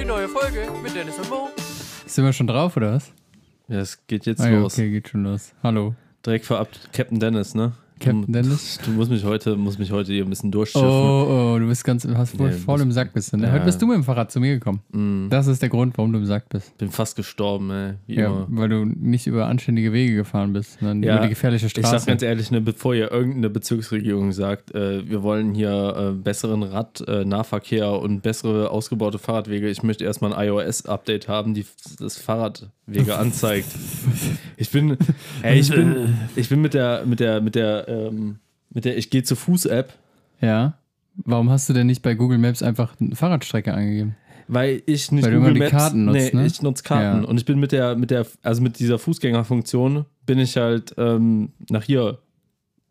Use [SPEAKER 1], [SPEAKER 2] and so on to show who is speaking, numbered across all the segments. [SPEAKER 1] die neue Folge mit Dennis und Mo.
[SPEAKER 2] Sind wir schon drauf oder was?
[SPEAKER 3] Ja, es geht jetzt
[SPEAKER 2] Ah ja,
[SPEAKER 3] los.
[SPEAKER 2] okay, geht schon los. Hallo.
[SPEAKER 3] Direkt vorab Captain Dennis, ne?
[SPEAKER 2] Captain
[SPEAKER 3] Du-
[SPEAKER 2] Dennis?
[SPEAKER 3] Du musst mich heute, musst mich heute hier ein bisschen
[SPEAKER 2] Oh,
[SPEAKER 3] durchschiffen.
[SPEAKER 2] oh, du bist ganz, hast wohl
[SPEAKER 3] Nee,
[SPEAKER 2] voll
[SPEAKER 3] bist-
[SPEAKER 2] im Sack bist du, ne?
[SPEAKER 3] Ja.
[SPEAKER 2] Heute bist du mit dem Fahrrad zu mir gekommen. Das ist der Grund, warum du im Sack bist.
[SPEAKER 3] Hm. Bin fast gestorben, ey. Wie
[SPEAKER 2] Ja,
[SPEAKER 3] immer.
[SPEAKER 2] weil du nicht über anständige Wege gefahren bist, sondern über die gefährliche
[SPEAKER 3] Ich sag
[SPEAKER 2] Straße.
[SPEAKER 3] ganz ehrlich, ne, bevor ihr irgendeine Bezirksregierung sagt, äh, wir wollen hier äh, besseren Radnahverkehr äh, Nahverkehr und bessere ausgebaute Fahrradwege, ich möchte erstmal ein iOS-Update haben, die f- das Fahrradwege anzeigt. Ich bin, ey, ich bin, ich bin mit der, mit der, mit der, ähm, mit der Ich gehe zu Fuß-App
[SPEAKER 2] ja. Warum hast du denn nicht bei Google Maps einfach eine Fahrradstrecke eingegeben?
[SPEAKER 3] Weil ich nicht
[SPEAKER 2] Weil du
[SPEAKER 3] Google
[SPEAKER 2] immer
[SPEAKER 3] Maps,
[SPEAKER 2] die Karten nutzt,
[SPEAKER 3] nee,
[SPEAKER 2] ne?
[SPEAKER 3] ich nutze Karten
[SPEAKER 2] Ja.
[SPEAKER 3] und ich bin mit der mit der also mit dieser Fußgängerfunktion bin ich halt ähm, nach hier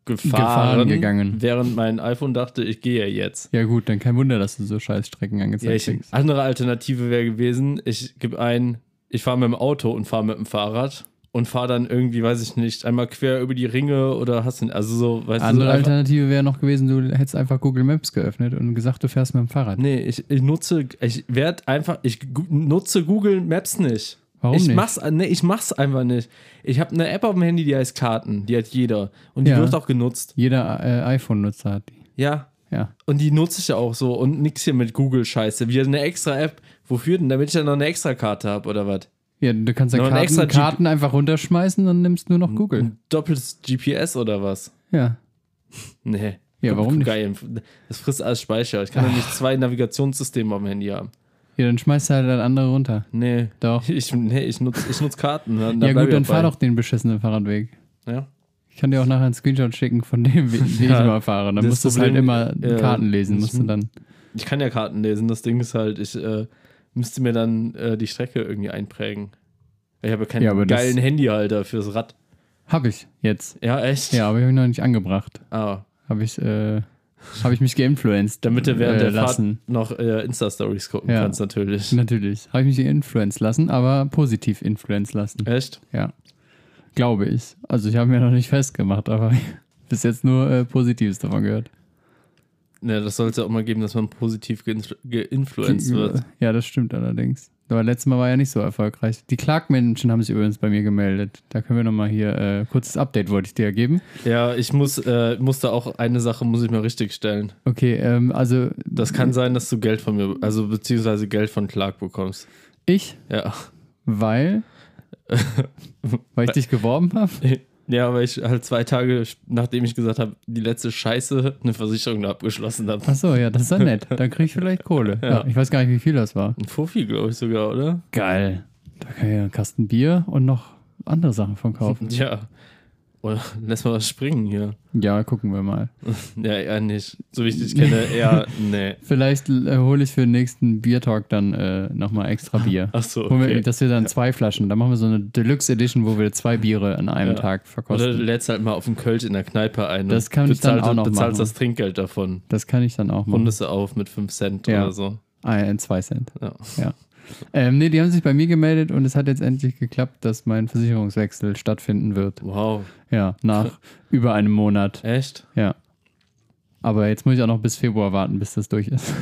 [SPEAKER 3] gefahren,
[SPEAKER 2] Gefahren gegangen.
[SPEAKER 3] während mein iPhone dachte, ich gehe jetzt.
[SPEAKER 2] Ja, gut, dann kein Wunder, dass du so scheiß Strecken
[SPEAKER 3] Ja,
[SPEAKER 2] angezeigt
[SPEAKER 3] ich,
[SPEAKER 2] kriegst.
[SPEAKER 3] andere Alternative wäre gewesen, ich gebe ein, ich fahre mit dem Auto und fahre mit dem Fahrrad und fahre dann irgendwie, weiß ich nicht, einmal quer über die Ringe oder hast du also so, weißt
[SPEAKER 2] Andere
[SPEAKER 3] du, so einfach-
[SPEAKER 2] Alternative wäre noch gewesen, du hättest einfach Google Maps geöffnet und gesagt, du fährst mit dem Fahrrad.
[SPEAKER 3] Nee, ich, ich nutze, ich werde einfach, ich gu- nutze Google Maps nicht.
[SPEAKER 2] Warum
[SPEAKER 3] ich
[SPEAKER 2] nicht?
[SPEAKER 3] Mach's, nee, ich mach's einfach nicht. Ich habe eine App auf dem Handy, die heißt Karten. Die hat jeder. Und die
[SPEAKER 2] Ja.
[SPEAKER 3] wird auch genutzt.
[SPEAKER 2] Jeder äh, iPhone-Nutzer hat die.
[SPEAKER 3] Ja.
[SPEAKER 2] Ja.
[SPEAKER 3] Und die nutze ich ja auch so. Und nix hier mit Google-Scheiße. Wieder eine extra App. Wofür denn? Damit ich dann noch eine extra Karte habe oder was?
[SPEAKER 2] Ja, du kannst ja
[SPEAKER 3] Noch ein extra
[SPEAKER 2] Karten,
[SPEAKER 3] Jeep-
[SPEAKER 2] Karten einfach runterschmeißen, dann nimmst du nur noch Google.
[SPEAKER 3] Ein doppeltes GPS oder was?
[SPEAKER 2] Ja.
[SPEAKER 3] Nee.
[SPEAKER 2] Ja, warum nicht? Ah.
[SPEAKER 3] Geil. Das frisst alles Speicher. Ich kann doch nicht zwei Navigationssysteme auf dem Handy haben.
[SPEAKER 2] Ja, dann schmeißt du halt das andere runter.
[SPEAKER 3] Nee.
[SPEAKER 2] Doch.
[SPEAKER 3] Ich, nee, ich nutze ich nutz Karten. ne? Dann
[SPEAKER 2] ja, gut, dann fahr
[SPEAKER 3] doch.
[SPEAKER 2] doch den beschissenen Fahrradweg.
[SPEAKER 3] Ja.
[SPEAKER 2] Ich kann dir auch nachher einen Screenshot schicken von dem, wie, wie
[SPEAKER 3] Ja,
[SPEAKER 2] ich mal fahre. Dann
[SPEAKER 3] das
[SPEAKER 2] musst du halt
[SPEAKER 3] Problem,
[SPEAKER 2] immer
[SPEAKER 3] äh,
[SPEAKER 2] Karten lesen,
[SPEAKER 3] ich-
[SPEAKER 2] musst du dann.
[SPEAKER 3] Ich kann ja Karten lesen. Das Ding ist halt, ich äh, müsste mir dann äh, die Strecke irgendwie einprägen. Ich habe keinen
[SPEAKER 2] Ja, aber das-
[SPEAKER 3] geilen Handyhalter fürs Rad.
[SPEAKER 2] Hab ich jetzt.
[SPEAKER 3] Ja, echt?
[SPEAKER 2] Ja, aber ich habe ihn noch nicht angebracht.
[SPEAKER 3] Ah,
[SPEAKER 2] Habe ich, äh, habe ich mich geinfluenced.
[SPEAKER 3] damit du während
[SPEAKER 2] äh,
[SPEAKER 3] der
[SPEAKER 2] lassen.
[SPEAKER 3] Fahrt noch äh, Insta-Stories gucken
[SPEAKER 2] Ja.
[SPEAKER 3] kannst, natürlich.
[SPEAKER 2] Natürlich. Habe ich mich geinfluenced lassen, aber positiv influenced lassen.
[SPEAKER 3] Echt?
[SPEAKER 2] Ja. Glaube ich. Also ich habe mir noch nicht festgemacht, aber bis jetzt nur äh, Positives davon gehört.
[SPEAKER 3] Ne, das sollte auch mal geben, dass man positiv geinflu- geinfluenced wird.
[SPEAKER 2] Ja, das stimmt allerdings. Aber letztes Mal war ja nicht so erfolgreich. Die Klagmenschen haben sich übrigens bei mir gemeldet. Da können wir nochmal hier äh, kurzes Update wollte ich dir geben.
[SPEAKER 3] Ja, ich muss, äh, muss da auch eine Sache muss ich mal richtig stellen.
[SPEAKER 2] Okay, ähm, also
[SPEAKER 3] Das kann sein, dass du Geld von mir, also beziehungsweise Geld von Clark bekommst.
[SPEAKER 2] ich,
[SPEAKER 3] Ja.
[SPEAKER 2] weil weil ich dich geworben habe.
[SPEAKER 3] Ja, weil ich halt zwei Tage, nachdem ich gesagt habe, die letzte Scheiße, eine Versicherung da abgeschlossen habe.
[SPEAKER 2] Achso, ja, das ist ja nett. Dann krieg ich vielleicht Kohle. Ja. ich weiß gar nicht, wie viel das war.
[SPEAKER 3] Ein Fuffi, glaube ich sogar, oder?
[SPEAKER 2] Geil. Da kann ich ja einen Kasten Bier und noch andere Sachen von kaufen.
[SPEAKER 3] Ja. Oder lass mal was springen hier.
[SPEAKER 2] Ja, gucken wir mal.
[SPEAKER 3] Ja, eher nicht. So wie ich dich kenne, eher, nee.
[SPEAKER 2] Vielleicht äh, hole ich für den nächsten Biertalk dann äh, nochmal extra Bier.
[SPEAKER 3] Ach so,
[SPEAKER 2] Holen wir-
[SPEAKER 3] okay.
[SPEAKER 2] Dass wir dann zwei Flaschen, dann machen wir so eine Deluxe Edition, wo wir zwei Biere an einem
[SPEAKER 3] Ja.
[SPEAKER 2] Tag
[SPEAKER 3] Oder
[SPEAKER 2] verkosten.
[SPEAKER 3] du lädst halt mal auf den Kölsch in der Kneipe ein. und
[SPEAKER 2] Das kann ich dann auch noch machen.
[SPEAKER 3] Bezahlst das Trinkgeld davon.
[SPEAKER 2] Das kann ich dann auch machen. Ah,
[SPEAKER 3] Rundest du auf mit 5 Cent
[SPEAKER 2] Ja.
[SPEAKER 3] oder so.
[SPEAKER 2] Ein, zwei Cent.
[SPEAKER 3] Ja.
[SPEAKER 2] Ja. Ähm, nee, die haben sich bei mir gemeldet und es hat jetzt endlich geklappt, dass mein Versicherungswechsel stattfinden wird.
[SPEAKER 3] Wow.
[SPEAKER 2] Ja, nach über einem Monat.
[SPEAKER 3] Echt?
[SPEAKER 2] Ja. Aber jetzt muss ich auch noch bis Februar warten, bis das durch ist.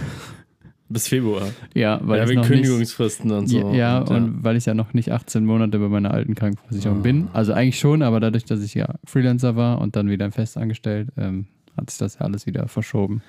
[SPEAKER 3] Bis Februar.
[SPEAKER 2] Ja, weil
[SPEAKER 3] ja,
[SPEAKER 2] ich
[SPEAKER 3] wegen
[SPEAKER 2] noch nicht,
[SPEAKER 3] Kündigungsfristen und so.
[SPEAKER 2] ja, und, weil ich ja noch nicht 18 Monate bei meiner alten Krankenversicherung bin. Also eigentlich schon, aber dadurch, dass ich ja Freelancer war und dann wieder fest angestellt, ähm, hat sich das ja alles wieder verschoben.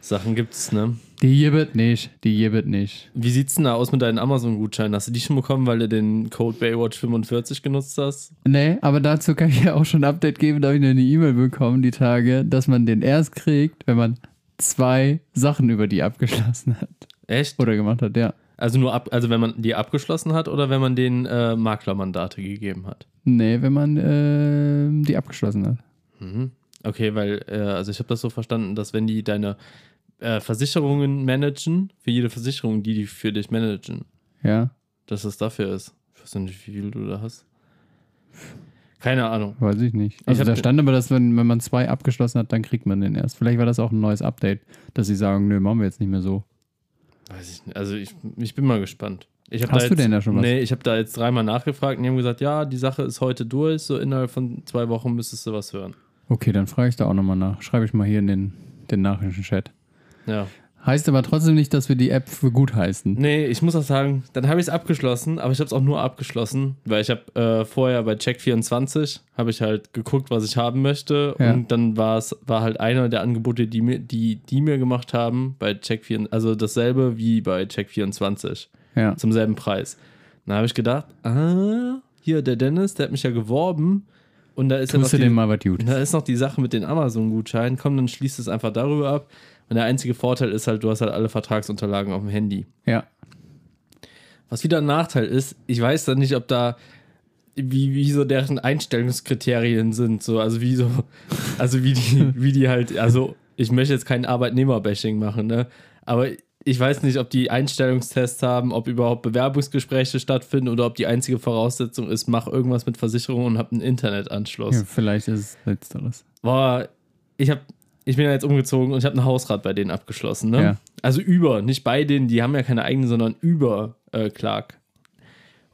[SPEAKER 3] Sachen gibt's, ne?
[SPEAKER 2] Die hier wird nicht, die hier wird nicht.
[SPEAKER 3] Wie sieht's denn da aus mit deinen Amazon-Gutscheinen? Hast du die schon bekommen, weil du den Code Baywatch 45 genutzt hast?
[SPEAKER 2] Nee, aber dazu kann ich ja auch schon ein Update geben, da habe ich noch eine E-Mail bekommen, die Tage, dass man den erst kriegt, wenn man zwei Sachen über die abgeschlossen hat
[SPEAKER 3] Echt?
[SPEAKER 2] oder gemacht hat, ja.
[SPEAKER 3] Also nur ab, also wenn man die abgeschlossen hat oder wenn man den äh, Maklermandate gegeben hat.
[SPEAKER 2] Nee, wenn man ähm, die abgeschlossen hat.
[SPEAKER 3] Okay, weil, äh, also ich habe das so verstanden, dass wenn die deine äh, Versicherungen managen, für jede Versicherung, die die für dich managen,
[SPEAKER 2] Ja,
[SPEAKER 3] dass das dafür ist. Ich weiß nicht, wie viel du da hast. Keine Ahnung.
[SPEAKER 2] weiß ich nicht. Also
[SPEAKER 3] hab
[SPEAKER 2] da
[SPEAKER 3] ge-
[SPEAKER 2] stand aber, dass wenn, wenn man zwei abgeschlossen hat, dann kriegt man den erst. Vielleicht war das auch ein neues Update, dass sie sagen, nö, machen wir jetzt nicht mehr so.
[SPEAKER 3] Weiß ich nicht. Also ich, ich bin mal gespannt. Ich hab
[SPEAKER 2] Hast
[SPEAKER 3] da
[SPEAKER 2] du
[SPEAKER 3] jetzt,
[SPEAKER 2] denn da schon was?
[SPEAKER 3] Nee, ich habe da jetzt dreimal nachgefragt und die haben gesagt, ja, die Sache ist heute durch, so innerhalb von zwei Wochen müsstest du was hören.
[SPEAKER 2] Okay, dann frage ich da auch nochmal nach. Schreibe ich mal hier in den, den Nachrichtenchat.
[SPEAKER 3] Ja.
[SPEAKER 2] Heißt aber trotzdem nicht, dass wir die App für gut heißen.
[SPEAKER 3] Nee, ich muss auch sagen, dann habe ich es abgeschlossen, aber ich habe es auch nur abgeschlossen, weil ich habe äh, vorher bei Check24 habe ich halt geguckt, was ich haben möchte
[SPEAKER 2] Ja.
[SPEAKER 3] und dann war es war halt einer der Angebote, die mir die die mir gemacht haben bei Check24, also dasselbe wie bei Check24
[SPEAKER 2] Ja.
[SPEAKER 3] zum selben Preis. Dann habe ich gedacht, ah, hier der Dennis, der hat mich ja geworben und da ist ja noch
[SPEAKER 2] Tust du
[SPEAKER 3] die-
[SPEAKER 2] dem mal was
[SPEAKER 3] und
[SPEAKER 2] gut.
[SPEAKER 3] Da ist noch die Sache mit den Amazon-Gutscheinen. Komm, dann schließt es einfach darüber ab. Und der einzige Vorteil ist halt, du hast halt alle Vertragsunterlagen auf dem Handy.
[SPEAKER 2] Ja.
[SPEAKER 3] Was wieder ein Nachteil ist, ich weiß dann nicht, ob da wie, wie so deren Einstellungskriterien sind, so also wie so also wie die wie die halt also ich möchte jetzt kein Arbeitnehmerbashing machen, ne? Aber ich weiß nicht, ob die Einstellungstests haben, ob überhaupt Bewerbungsgespräche stattfinden oder ob die einzige Voraussetzung ist, mach irgendwas mit Versicherung und hab einen Internetanschluss.
[SPEAKER 2] ja. Vielleicht ist es letzteres.
[SPEAKER 3] Boah, ich hab ich bin ja jetzt umgezogen und ich habe einen Hausrat bei denen abgeschlossen, ne?
[SPEAKER 2] Ja.
[SPEAKER 3] Also über, nicht bei denen, die haben ja keine eigene, sondern über äh, Clark.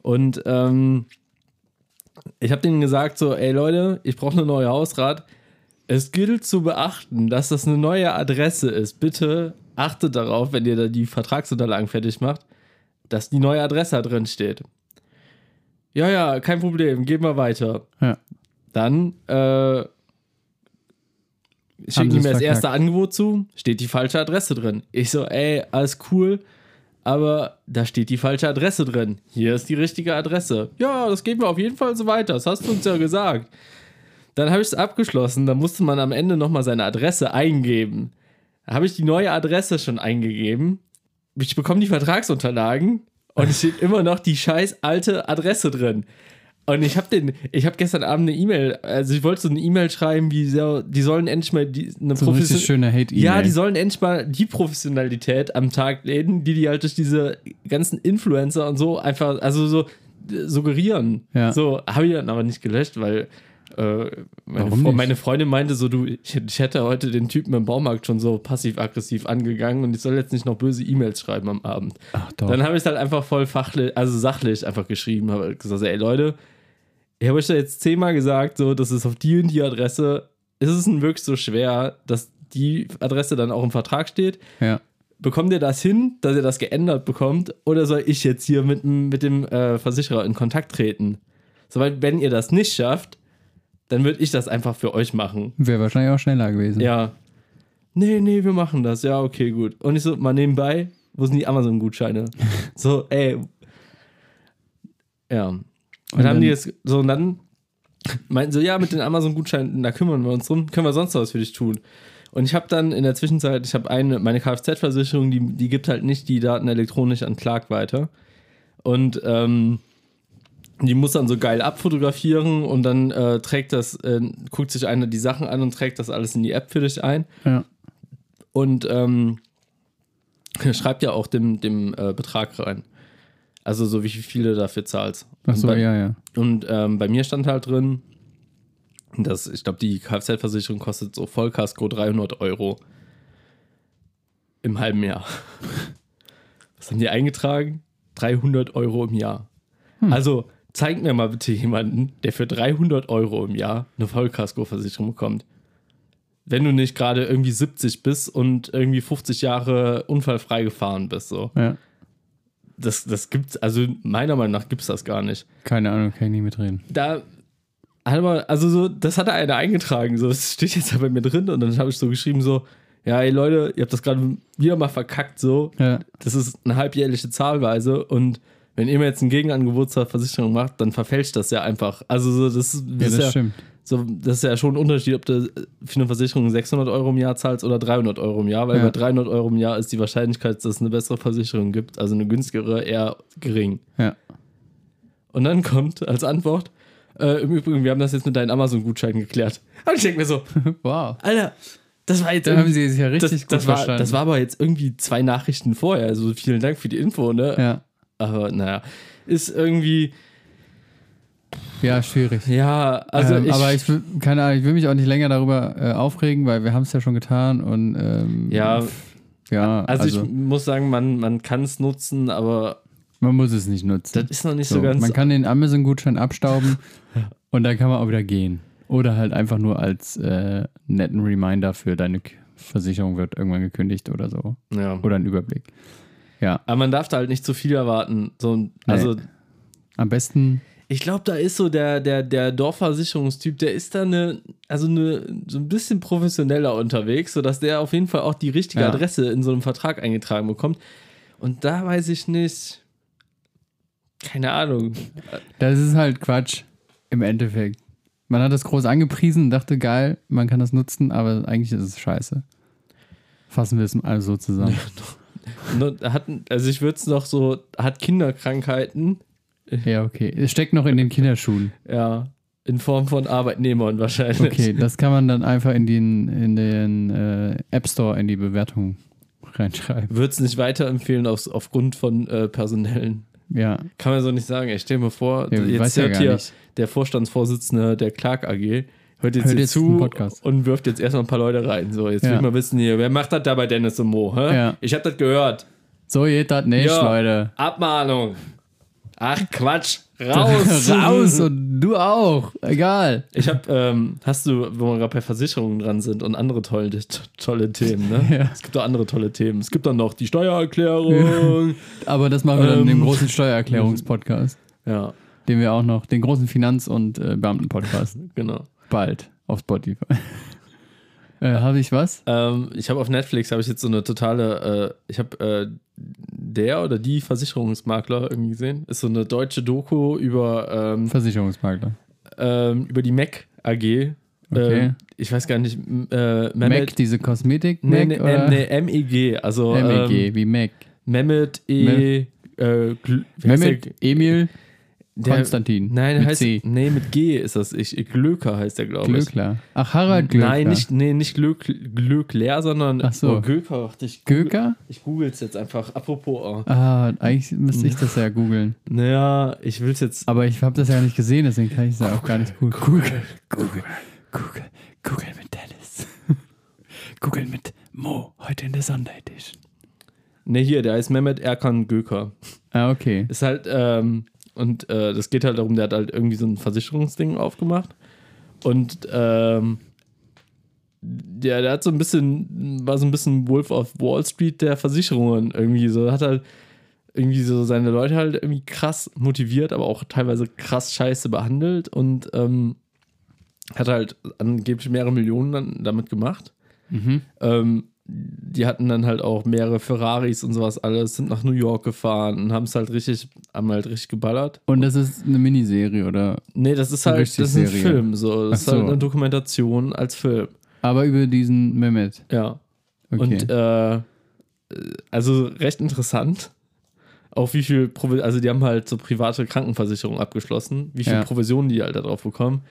[SPEAKER 3] Und ähm, ich habe denen gesagt so, ey Leute, ich brauche eine neue Hausrat. Es gilt zu beachten, dass das eine neue Adresse ist. Bitte achtet darauf, wenn ihr da die Vertragsunterlagen fertig macht, dass die neue Adresse da drin steht. Ja, ja, kein Problem, gehen wir weiter.
[SPEAKER 2] Ja.
[SPEAKER 3] Dann äh, schicken
[SPEAKER 2] sie's
[SPEAKER 3] die mir das
[SPEAKER 2] verkackt.
[SPEAKER 3] erste Angebot zu, steht die falsche Adresse drin. Ich so, ey, alles cool, aber da steht die falsche Adresse drin. Hier ist die richtige Adresse. Ja, das geht mir auf jeden Fall so weiter, das hast du uns ja gesagt. Dann habe ich es abgeschlossen, da musste man am Ende nochmal seine Adresse eingeben. Da habe ich die neue Adresse schon eingegeben. Ich bekomme die Vertragsunterlagen und es steht immer noch die scheiß alte Adresse drin. Und ich habe den, ich habe gestern Abend eine E-Mail, also ich wollte so eine E-Mail schreiben, wie so, die sollen endlich mal die, eine
[SPEAKER 2] So ein richtig
[SPEAKER 3] Profession
[SPEAKER 2] schöner Hate-E-Mail.
[SPEAKER 3] ja, die sollen endlich mal die Professionalität am Tag lehnen, die die halt durch diese ganzen Influencer und so einfach, also so äh, suggerieren.
[SPEAKER 2] Ja.
[SPEAKER 3] So habe ich dann aber nicht gelöscht, weil äh, meine,
[SPEAKER 2] Warum
[SPEAKER 3] Fre
[SPEAKER 2] nicht?
[SPEAKER 3] meine Freundin meinte so, du, ich, ich hätte heute den Typen im Baumarkt schon so passiv-aggressiv angegangen und ich soll jetzt nicht noch böse E-Mails schreiben am Abend.
[SPEAKER 2] Ach doch.
[SPEAKER 3] Dann habe ich es halt einfach voll fachlich, also sachlich einfach geschrieben, habe halt gesagt, ey Leute, ich habe euch da jetzt zehnmal gesagt, so, das ist auf die und die Adresse. Ist es denn wirklich so schwer, dass die Adresse dann auch im Vertrag steht?
[SPEAKER 2] ja.
[SPEAKER 3] Bekommt ihr das hin, dass ihr das geändert bekommt? Oder soll ich jetzt hier mit, dem- mit dem äh, Versicherer in Kontakt treten? Soweit, wenn ihr das nicht schafft, dann würde ich das einfach für euch machen.
[SPEAKER 2] Wäre wahrscheinlich auch schneller gewesen.
[SPEAKER 3] Ja. Nee, nee, wir machen das. Ja, okay, gut. Und ich so, mal nebenbei, wo sind die Amazon-Gutscheine? so, ey. Ja. Und, dann haben
[SPEAKER 2] dann-
[SPEAKER 3] die jetzt, so, und dann meinten so, ja, mit den Amazon-Gutscheinen, da kümmern wir uns drum, können wir sonst noch was für dich tun. Und ich habe dann in der Zwischenzeit, ich habe eine, meine Kfz-Versicherung, die, die gibt halt nicht die Daten elektronisch an Clark weiter. Und ähm, die muss dann so geil abfotografieren und dann äh, trägt das, äh, guckt sich einer die Sachen an und trägt das alles in die App für dich ein.
[SPEAKER 2] Ja.
[SPEAKER 3] Und ähm, schreibt ja auch dem, dem äh, Betrag rein. Also so wie viel du dafür zahlst.
[SPEAKER 2] Ach so,
[SPEAKER 3] und bei,
[SPEAKER 2] ja, ja.
[SPEAKER 3] Und ähm, bei mir stand halt drin, dass ich glaube, die Kfz-Versicherung kostet so Vollkasko 300 Euro im halben Jahr. Was haben die eingetragen? 300 Euro im Jahr. Also zeigt mir mal bitte jemanden, der für 300 Euro im Jahr eine Vollkasko-Versicherung bekommt. Wenn du nicht gerade irgendwie 70 bist und irgendwie 50 Jahre unfallfrei gefahren bist, so.
[SPEAKER 2] ja.
[SPEAKER 3] Das, das gibt's, also meiner Meinung nach gibt's das gar nicht
[SPEAKER 2] Keine Ahnung, kann ich nicht mitreden.
[SPEAKER 3] da hat man, also so, das hat einer eingetragen, so, das steht jetzt da bei mir drin und dann habe ich so geschrieben, so, ja, ey Leute, ihr habt das gerade wieder mal verkackt, so,
[SPEAKER 2] Ja.
[SPEAKER 3] das ist eine halbjährliche Zahlweise und wenn ihr mir jetzt ein Gegenangebot zur Versicherung macht, dann verfälscht das ja einfach. Also so, das, ist-
[SPEAKER 2] Ja,
[SPEAKER 3] das,
[SPEAKER 2] das
[SPEAKER 3] ist ja,
[SPEAKER 2] stimmt.
[SPEAKER 3] so, das ist ja schon ein Unterschied, ob du für eine Versicherung 600 Euro im Jahr zahlst oder 300 Euro im Jahr, weil
[SPEAKER 2] Ja.
[SPEAKER 3] bei 300 Euro im Jahr ist die Wahrscheinlichkeit, dass es eine bessere Versicherung gibt, also eine günstigere, eher gering.
[SPEAKER 2] Ja.
[SPEAKER 3] Und dann kommt als Antwort, äh, im Übrigen, wir haben das jetzt mit deinen Amazon-Gutscheinen geklärt. Und ich denke mir so,
[SPEAKER 2] Wow.
[SPEAKER 3] Alter, das war jetzt
[SPEAKER 2] Da haben
[SPEAKER 3] irgendwie-
[SPEAKER 2] sie sich ja richtig
[SPEAKER 3] das,
[SPEAKER 2] gut
[SPEAKER 3] das war,
[SPEAKER 2] verstanden.
[SPEAKER 3] das war aber jetzt irgendwie zwei Nachrichten vorher. Also vielen Dank für die Info, ne?
[SPEAKER 2] ja.
[SPEAKER 3] Aber naja, ist irgendwie,
[SPEAKER 2] ja, schwierig.
[SPEAKER 3] ja, also
[SPEAKER 2] ähm,
[SPEAKER 3] ich,
[SPEAKER 2] aber ich will, keine Ahnung, ich will mich auch nicht länger darüber äh, aufregen, weil wir haben es ja schon getan und ähm,
[SPEAKER 3] ja,
[SPEAKER 2] ja,
[SPEAKER 3] also,
[SPEAKER 2] also,
[SPEAKER 3] ich muss sagen, man, man kann es nutzen, aber
[SPEAKER 2] man muss es nicht nutzen.
[SPEAKER 3] das ist noch nicht so,
[SPEAKER 2] so,
[SPEAKER 3] ganz.
[SPEAKER 2] man kann den Amazon-Gutschein abstauben und dann kann man auch wieder gehen. Oder halt einfach nur als äh, netten Reminder für deine K- Versicherung wird irgendwann gekündigt oder so.
[SPEAKER 3] Ja.
[SPEAKER 2] Oder ein Überblick. Ja,
[SPEAKER 3] Aber man darf da halt nicht zu viel erwarten. So, ein- also,
[SPEAKER 2] am besten,
[SPEAKER 3] ich glaube, da ist so der, der, der Dorfversicherungstyp, der ist da eine, also eine, so ein bisschen professioneller unterwegs, sodass der auf jeden Fall auch die richtige
[SPEAKER 2] Ja.
[SPEAKER 3] Adresse in so einem Vertrag eingetragen bekommt. Und da weiß ich nicht. Keine Ahnung.
[SPEAKER 2] das ist halt Quatsch im Endeffekt. Man hat das groß angepriesen und dachte, geil, man kann das nutzen, aber eigentlich ist es scheiße. Fassen wir es mal so zusammen.
[SPEAKER 3] Ne, Hat, also ich würde es noch so, hat Kinderkrankheiten,
[SPEAKER 2] ja, okay. Es steckt noch in den Kinderschuhen.
[SPEAKER 3] ja, in Form von Arbeitnehmern wahrscheinlich.
[SPEAKER 2] Okay, das kann man dann einfach in den, in den äh, App Store in die Bewertung reinschreiben.
[SPEAKER 3] Würde es nicht weiterempfehlen auf, aufgrund von äh, personellen.
[SPEAKER 2] Ja,
[SPEAKER 3] Kann man so nicht sagen. Ich stelle mir vor,
[SPEAKER 2] Ja, ich weiß
[SPEAKER 3] jetzt
[SPEAKER 2] ja
[SPEAKER 3] hört
[SPEAKER 2] gar
[SPEAKER 3] hier
[SPEAKER 2] nicht.
[SPEAKER 3] der Vorstandsvorsitzende der Clark AG, hört jetzt
[SPEAKER 2] Hört
[SPEAKER 3] hier
[SPEAKER 2] jetzt den
[SPEAKER 3] zu
[SPEAKER 2] Podcast.
[SPEAKER 3] und wirft jetzt erstmal ein paar Leute rein. So, jetzt will
[SPEAKER 2] Ja.
[SPEAKER 3] ich mal wissen hier, wer macht das da bei Dennis und Mo? Hä?
[SPEAKER 2] Ja.
[SPEAKER 3] Ich habe das gehört.
[SPEAKER 2] so geht das nicht,
[SPEAKER 3] Ja.
[SPEAKER 2] Leute.
[SPEAKER 3] Abmahnung. Ach Quatsch. Raus.
[SPEAKER 2] Raus und du auch. Egal.
[SPEAKER 3] Ich habe, ähm, hast du, wo wir gerade bei Versicherungen dran sind und andere tolle, tolle Themen, ne?
[SPEAKER 2] Ja.
[SPEAKER 3] Es gibt auch andere tolle Themen. Es gibt dann noch die Steuererklärung.
[SPEAKER 2] Aber das machen wir dann in
[SPEAKER 3] Ähm.
[SPEAKER 2] dem großen Steuererklärungspodcast,
[SPEAKER 3] ja,
[SPEAKER 2] den wir auch noch, den großen Finanz- und äh, Beamtenpodcast,
[SPEAKER 3] genau.
[SPEAKER 2] bald auf Spotify. äh, Habe ich was?
[SPEAKER 3] Ähm, ich habe auf Netflix habe ich jetzt so eine totale, äh, ich habe äh, der oder die Versicherungsmakler irgendwie gesehen. Ist so eine deutsche Doku über, ähm,
[SPEAKER 2] Versicherungsmakler.
[SPEAKER 3] ähm, über die Mac AG. Ähm,
[SPEAKER 2] Okay.
[SPEAKER 3] ich weiß gar nicht, m- äh,
[SPEAKER 2] Mac,
[SPEAKER 3] Mehmet,
[SPEAKER 2] diese Kosmetik?
[SPEAKER 3] nee,
[SPEAKER 2] Mac
[SPEAKER 3] nee,
[SPEAKER 2] oder? E
[SPEAKER 3] nee, MEG, also
[SPEAKER 2] MEG,
[SPEAKER 3] Ähm,
[SPEAKER 2] wie Mac.
[SPEAKER 3] Mehmet E. Äh, Gl- wie heißt der?
[SPEAKER 2] Mehmet, Emil,
[SPEAKER 3] Der-
[SPEAKER 2] Konstantin.
[SPEAKER 3] Nein,
[SPEAKER 2] mit
[SPEAKER 3] heißt
[SPEAKER 2] C.
[SPEAKER 3] nee mit G ist das. Ich Glöker heißt der glaube ich.
[SPEAKER 2] Glöckler. Ach, Harald Glöckler.
[SPEAKER 3] Nein, nicht nee, nicht Glöck, Glöckler, sondern
[SPEAKER 2] Ach so.
[SPEAKER 3] oh, Glöker. dachte Ich,
[SPEAKER 2] Göker?
[SPEAKER 3] ich google es jetzt einfach. Apropos. Oh.
[SPEAKER 2] Ah, eigentlich müsste ich das ja googeln.
[SPEAKER 3] Naja, ich will es jetzt.
[SPEAKER 2] Aber ich habe das ja nicht gesehen, deswegen kann ich es ja auch gar nicht googeln. Google, Google, Google, Google mit Dennis. Google mit Mo, heute in der Sunday Edition.
[SPEAKER 3] Ne, hier, der heißt Mehmet Erkan Göker.
[SPEAKER 2] Ah, okay.
[SPEAKER 3] Ist halt ähm, und äh, das geht halt darum, der hat halt irgendwie so ein Versicherungsding aufgemacht und ähm, der, der hat so ein bisschen, war so ein bisschen Wolf of Wall Street der Versicherungen irgendwie so, hat halt irgendwie so seine Leute halt irgendwie krass motiviert, aber auch teilweise krass scheiße behandelt und ähm, hat halt angeblich mehrere Millionen dann damit gemacht.
[SPEAKER 2] Mhm.
[SPEAKER 3] Ähm, die hatten dann halt auch mehrere Ferraris und sowas alles, sind nach New York gefahren und haben es halt richtig, haben halt richtig geballert.
[SPEAKER 2] Und das ist eine Miniserie, oder?
[SPEAKER 3] Nee, das ist
[SPEAKER 2] Eine
[SPEAKER 3] halt, das ist ein
[SPEAKER 2] Richtigserie.
[SPEAKER 3] Film, so. Das
[SPEAKER 2] Ach
[SPEAKER 3] ist halt
[SPEAKER 2] so.
[SPEAKER 3] eine Dokumentation als Film.
[SPEAKER 2] Aber über diesen Mehmet.
[SPEAKER 3] Ja.
[SPEAKER 2] Okay.
[SPEAKER 3] Und äh, also recht interessant. Auch wie viel Provi also die haben halt so private Krankenversicherung abgeschlossen, wie viel
[SPEAKER 2] Ja.
[SPEAKER 3] Provisionen die halt da drauf bekommen.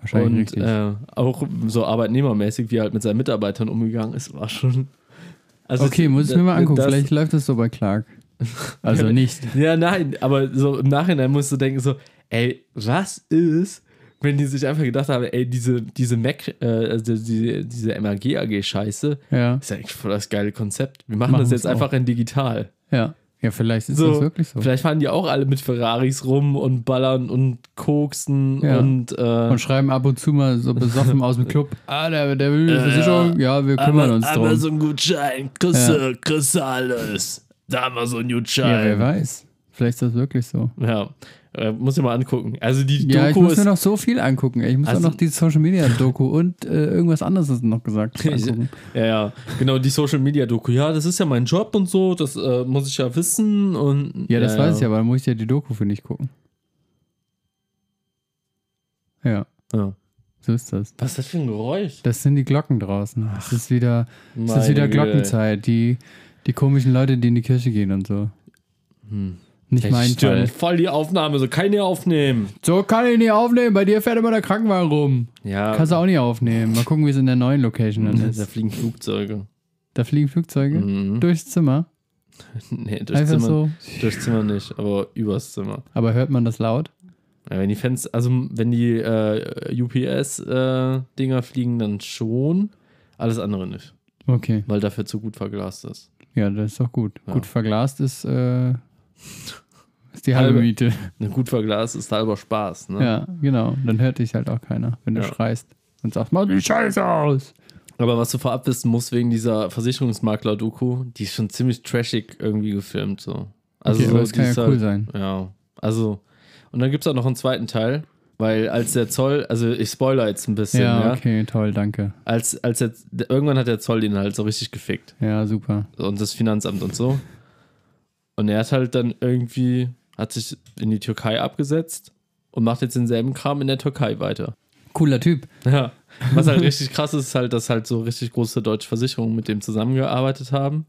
[SPEAKER 2] Wahrscheinlich
[SPEAKER 3] Und
[SPEAKER 2] richtig.
[SPEAKER 3] äh, auch so arbeitnehmermäßig, wie er halt mit seinen Mitarbeitern umgegangen ist, war schon. Also
[SPEAKER 2] okay, muss ich mir mal angucken.
[SPEAKER 3] das-
[SPEAKER 2] Vielleicht läuft das so bei Clark. Also nicht.
[SPEAKER 3] Ja, nein, aber so im Nachhinein musst du denken, so, ey, was ist, wenn die sich einfach gedacht haben, ey, diese, diese Mac, äh, also diese, diese MAG AG Scheiße,
[SPEAKER 2] Ja,
[SPEAKER 3] ist ja eigentlich voll das geile Konzept. Wir machen,
[SPEAKER 2] Machen
[SPEAKER 3] das jetzt
[SPEAKER 2] wir's auch.
[SPEAKER 3] einfach in digital.
[SPEAKER 2] ja. Ja, vielleicht ist
[SPEAKER 3] So,
[SPEAKER 2] das wirklich so.
[SPEAKER 3] Vielleicht fahren die auch alle mit Ferraris rum und ballern und koksen
[SPEAKER 2] Ja.
[SPEAKER 3] und, äh,
[SPEAKER 2] Und schreiben ab und zu mal so besoffen aus dem Club, ah, der, der will eine
[SPEAKER 3] Äh,
[SPEAKER 2] Versicherung, ja, wir kümmern uns drum.
[SPEAKER 3] ein Gutschein, kriegst du, kriegst du alles. Da haben wir so einen
[SPEAKER 2] ja, wer
[SPEAKER 3] Gutschein.
[SPEAKER 2] weiß. Vielleicht ist das wirklich so.
[SPEAKER 3] Ja, Äh, muss ich mal angucken. Also die
[SPEAKER 2] Ja, ich
[SPEAKER 3] Doku
[SPEAKER 2] muss
[SPEAKER 3] ist
[SPEAKER 2] mir noch so viel angucken. ey. Ich muss
[SPEAKER 3] Also-
[SPEAKER 2] auch noch die Social Media Doku und äh, irgendwas anderes ist noch gesagt. angucken.
[SPEAKER 3] Ja, ja, genau, die Social Media Doku. Ja, das ist ja mein Job und so, das äh, muss ich ja wissen und.
[SPEAKER 2] Ja, das weiß ich, aber dann muss ich ja die Doku für dich gucken. Ja,
[SPEAKER 3] Ja.
[SPEAKER 2] so ist das.
[SPEAKER 3] Was ist das für ein Geräusch?
[SPEAKER 2] Das sind die Glocken draußen. Es ist wieder, es ist
[SPEAKER 3] Meine
[SPEAKER 2] wieder
[SPEAKER 3] Güte,
[SPEAKER 2] Glockenzeit. Die, die komischen Leute, die in die Kirche gehen und so. Nicht
[SPEAKER 3] Hm. ey. Ich
[SPEAKER 2] mein
[SPEAKER 3] störe
[SPEAKER 2] Fall.
[SPEAKER 3] voll die Aufnahme, so keine aufnehmen.
[SPEAKER 2] So kann ich nicht aufnehmen. Bei dir fährt immer der Krankenwagen rum.
[SPEAKER 3] Ja,
[SPEAKER 2] Kannst du auch nicht aufnehmen. Mal gucken, wie es in der neuen Location dann
[SPEAKER 3] da
[SPEAKER 2] ist.
[SPEAKER 3] fliegen Flugzeuge.
[SPEAKER 2] Da fliegen Flügzeuge
[SPEAKER 3] Mhm.
[SPEAKER 2] durchs Zimmer.
[SPEAKER 3] Nee, durchs
[SPEAKER 2] Einfach
[SPEAKER 3] Zimmer,
[SPEAKER 2] so.
[SPEAKER 3] durchs Zimmer nicht, aber übers Zimmer.
[SPEAKER 2] Aber hört man das laut?
[SPEAKER 3] Ja, wenn die Fans, also wenn die äh, UPS-Dinger äh, fliegen, dann schon. Alles andere nicht,
[SPEAKER 2] Okay.
[SPEAKER 3] weil dafür zu gut verglast ist.
[SPEAKER 2] Ja, das ist doch gut.
[SPEAKER 3] Ja.
[SPEAKER 2] Gut verglast ist, äh, ist die halbe
[SPEAKER 3] Halbe.
[SPEAKER 2] Miete.
[SPEAKER 3] Ne, Gut verglast ist halber Spaß, ne?
[SPEAKER 2] Ja, genau. Dann hört dich halt auch keiner, wenn du
[SPEAKER 3] Ja.
[SPEAKER 2] schreist und sagst, mach die Scheiße aus.
[SPEAKER 3] Aber was du vorab wissen musst wegen dieser Versicherungsmakler-Doku, die ist schon ziemlich trashig irgendwie gefilmt. So. Also
[SPEAKER 2] Okay,
[SPEAKER 3] so,
[SPEAKER 2] aber das
[SPEAKER 3] die
[SPEAKER 2] kann ja
[SPEAKER 3] ist
[SPEAKER 2] cool sein.
[SPEAKER 3] Ja, also. Und dann gibt es auch noch einen zweiten Teil, weil als der Zoll, also ich spoiler jetzt ein bisschen, ja,
[SPEAKER 2] Ja, okay, toll, danke.
[SPEAKER 3] als, als der, irgendwann hat der Zoll ihn halt so richtig gefickt
[SPEAKER 2] Ja, super.
[SPEAKER 3] und das Finanzamt und so. Und er hat halt dann irgendwie, hat sich in die Türkei abgesetzt und macht jetzt denselben Kram in der Türkei weiter.
[SPEAKER 2] Cooler Typ.
[SPEAKER 3] Ja. Was halt richtig krass ist, ist halt, dass halt so richtig große deutsche Versicherungen mit dem zusammengearbeitet haben.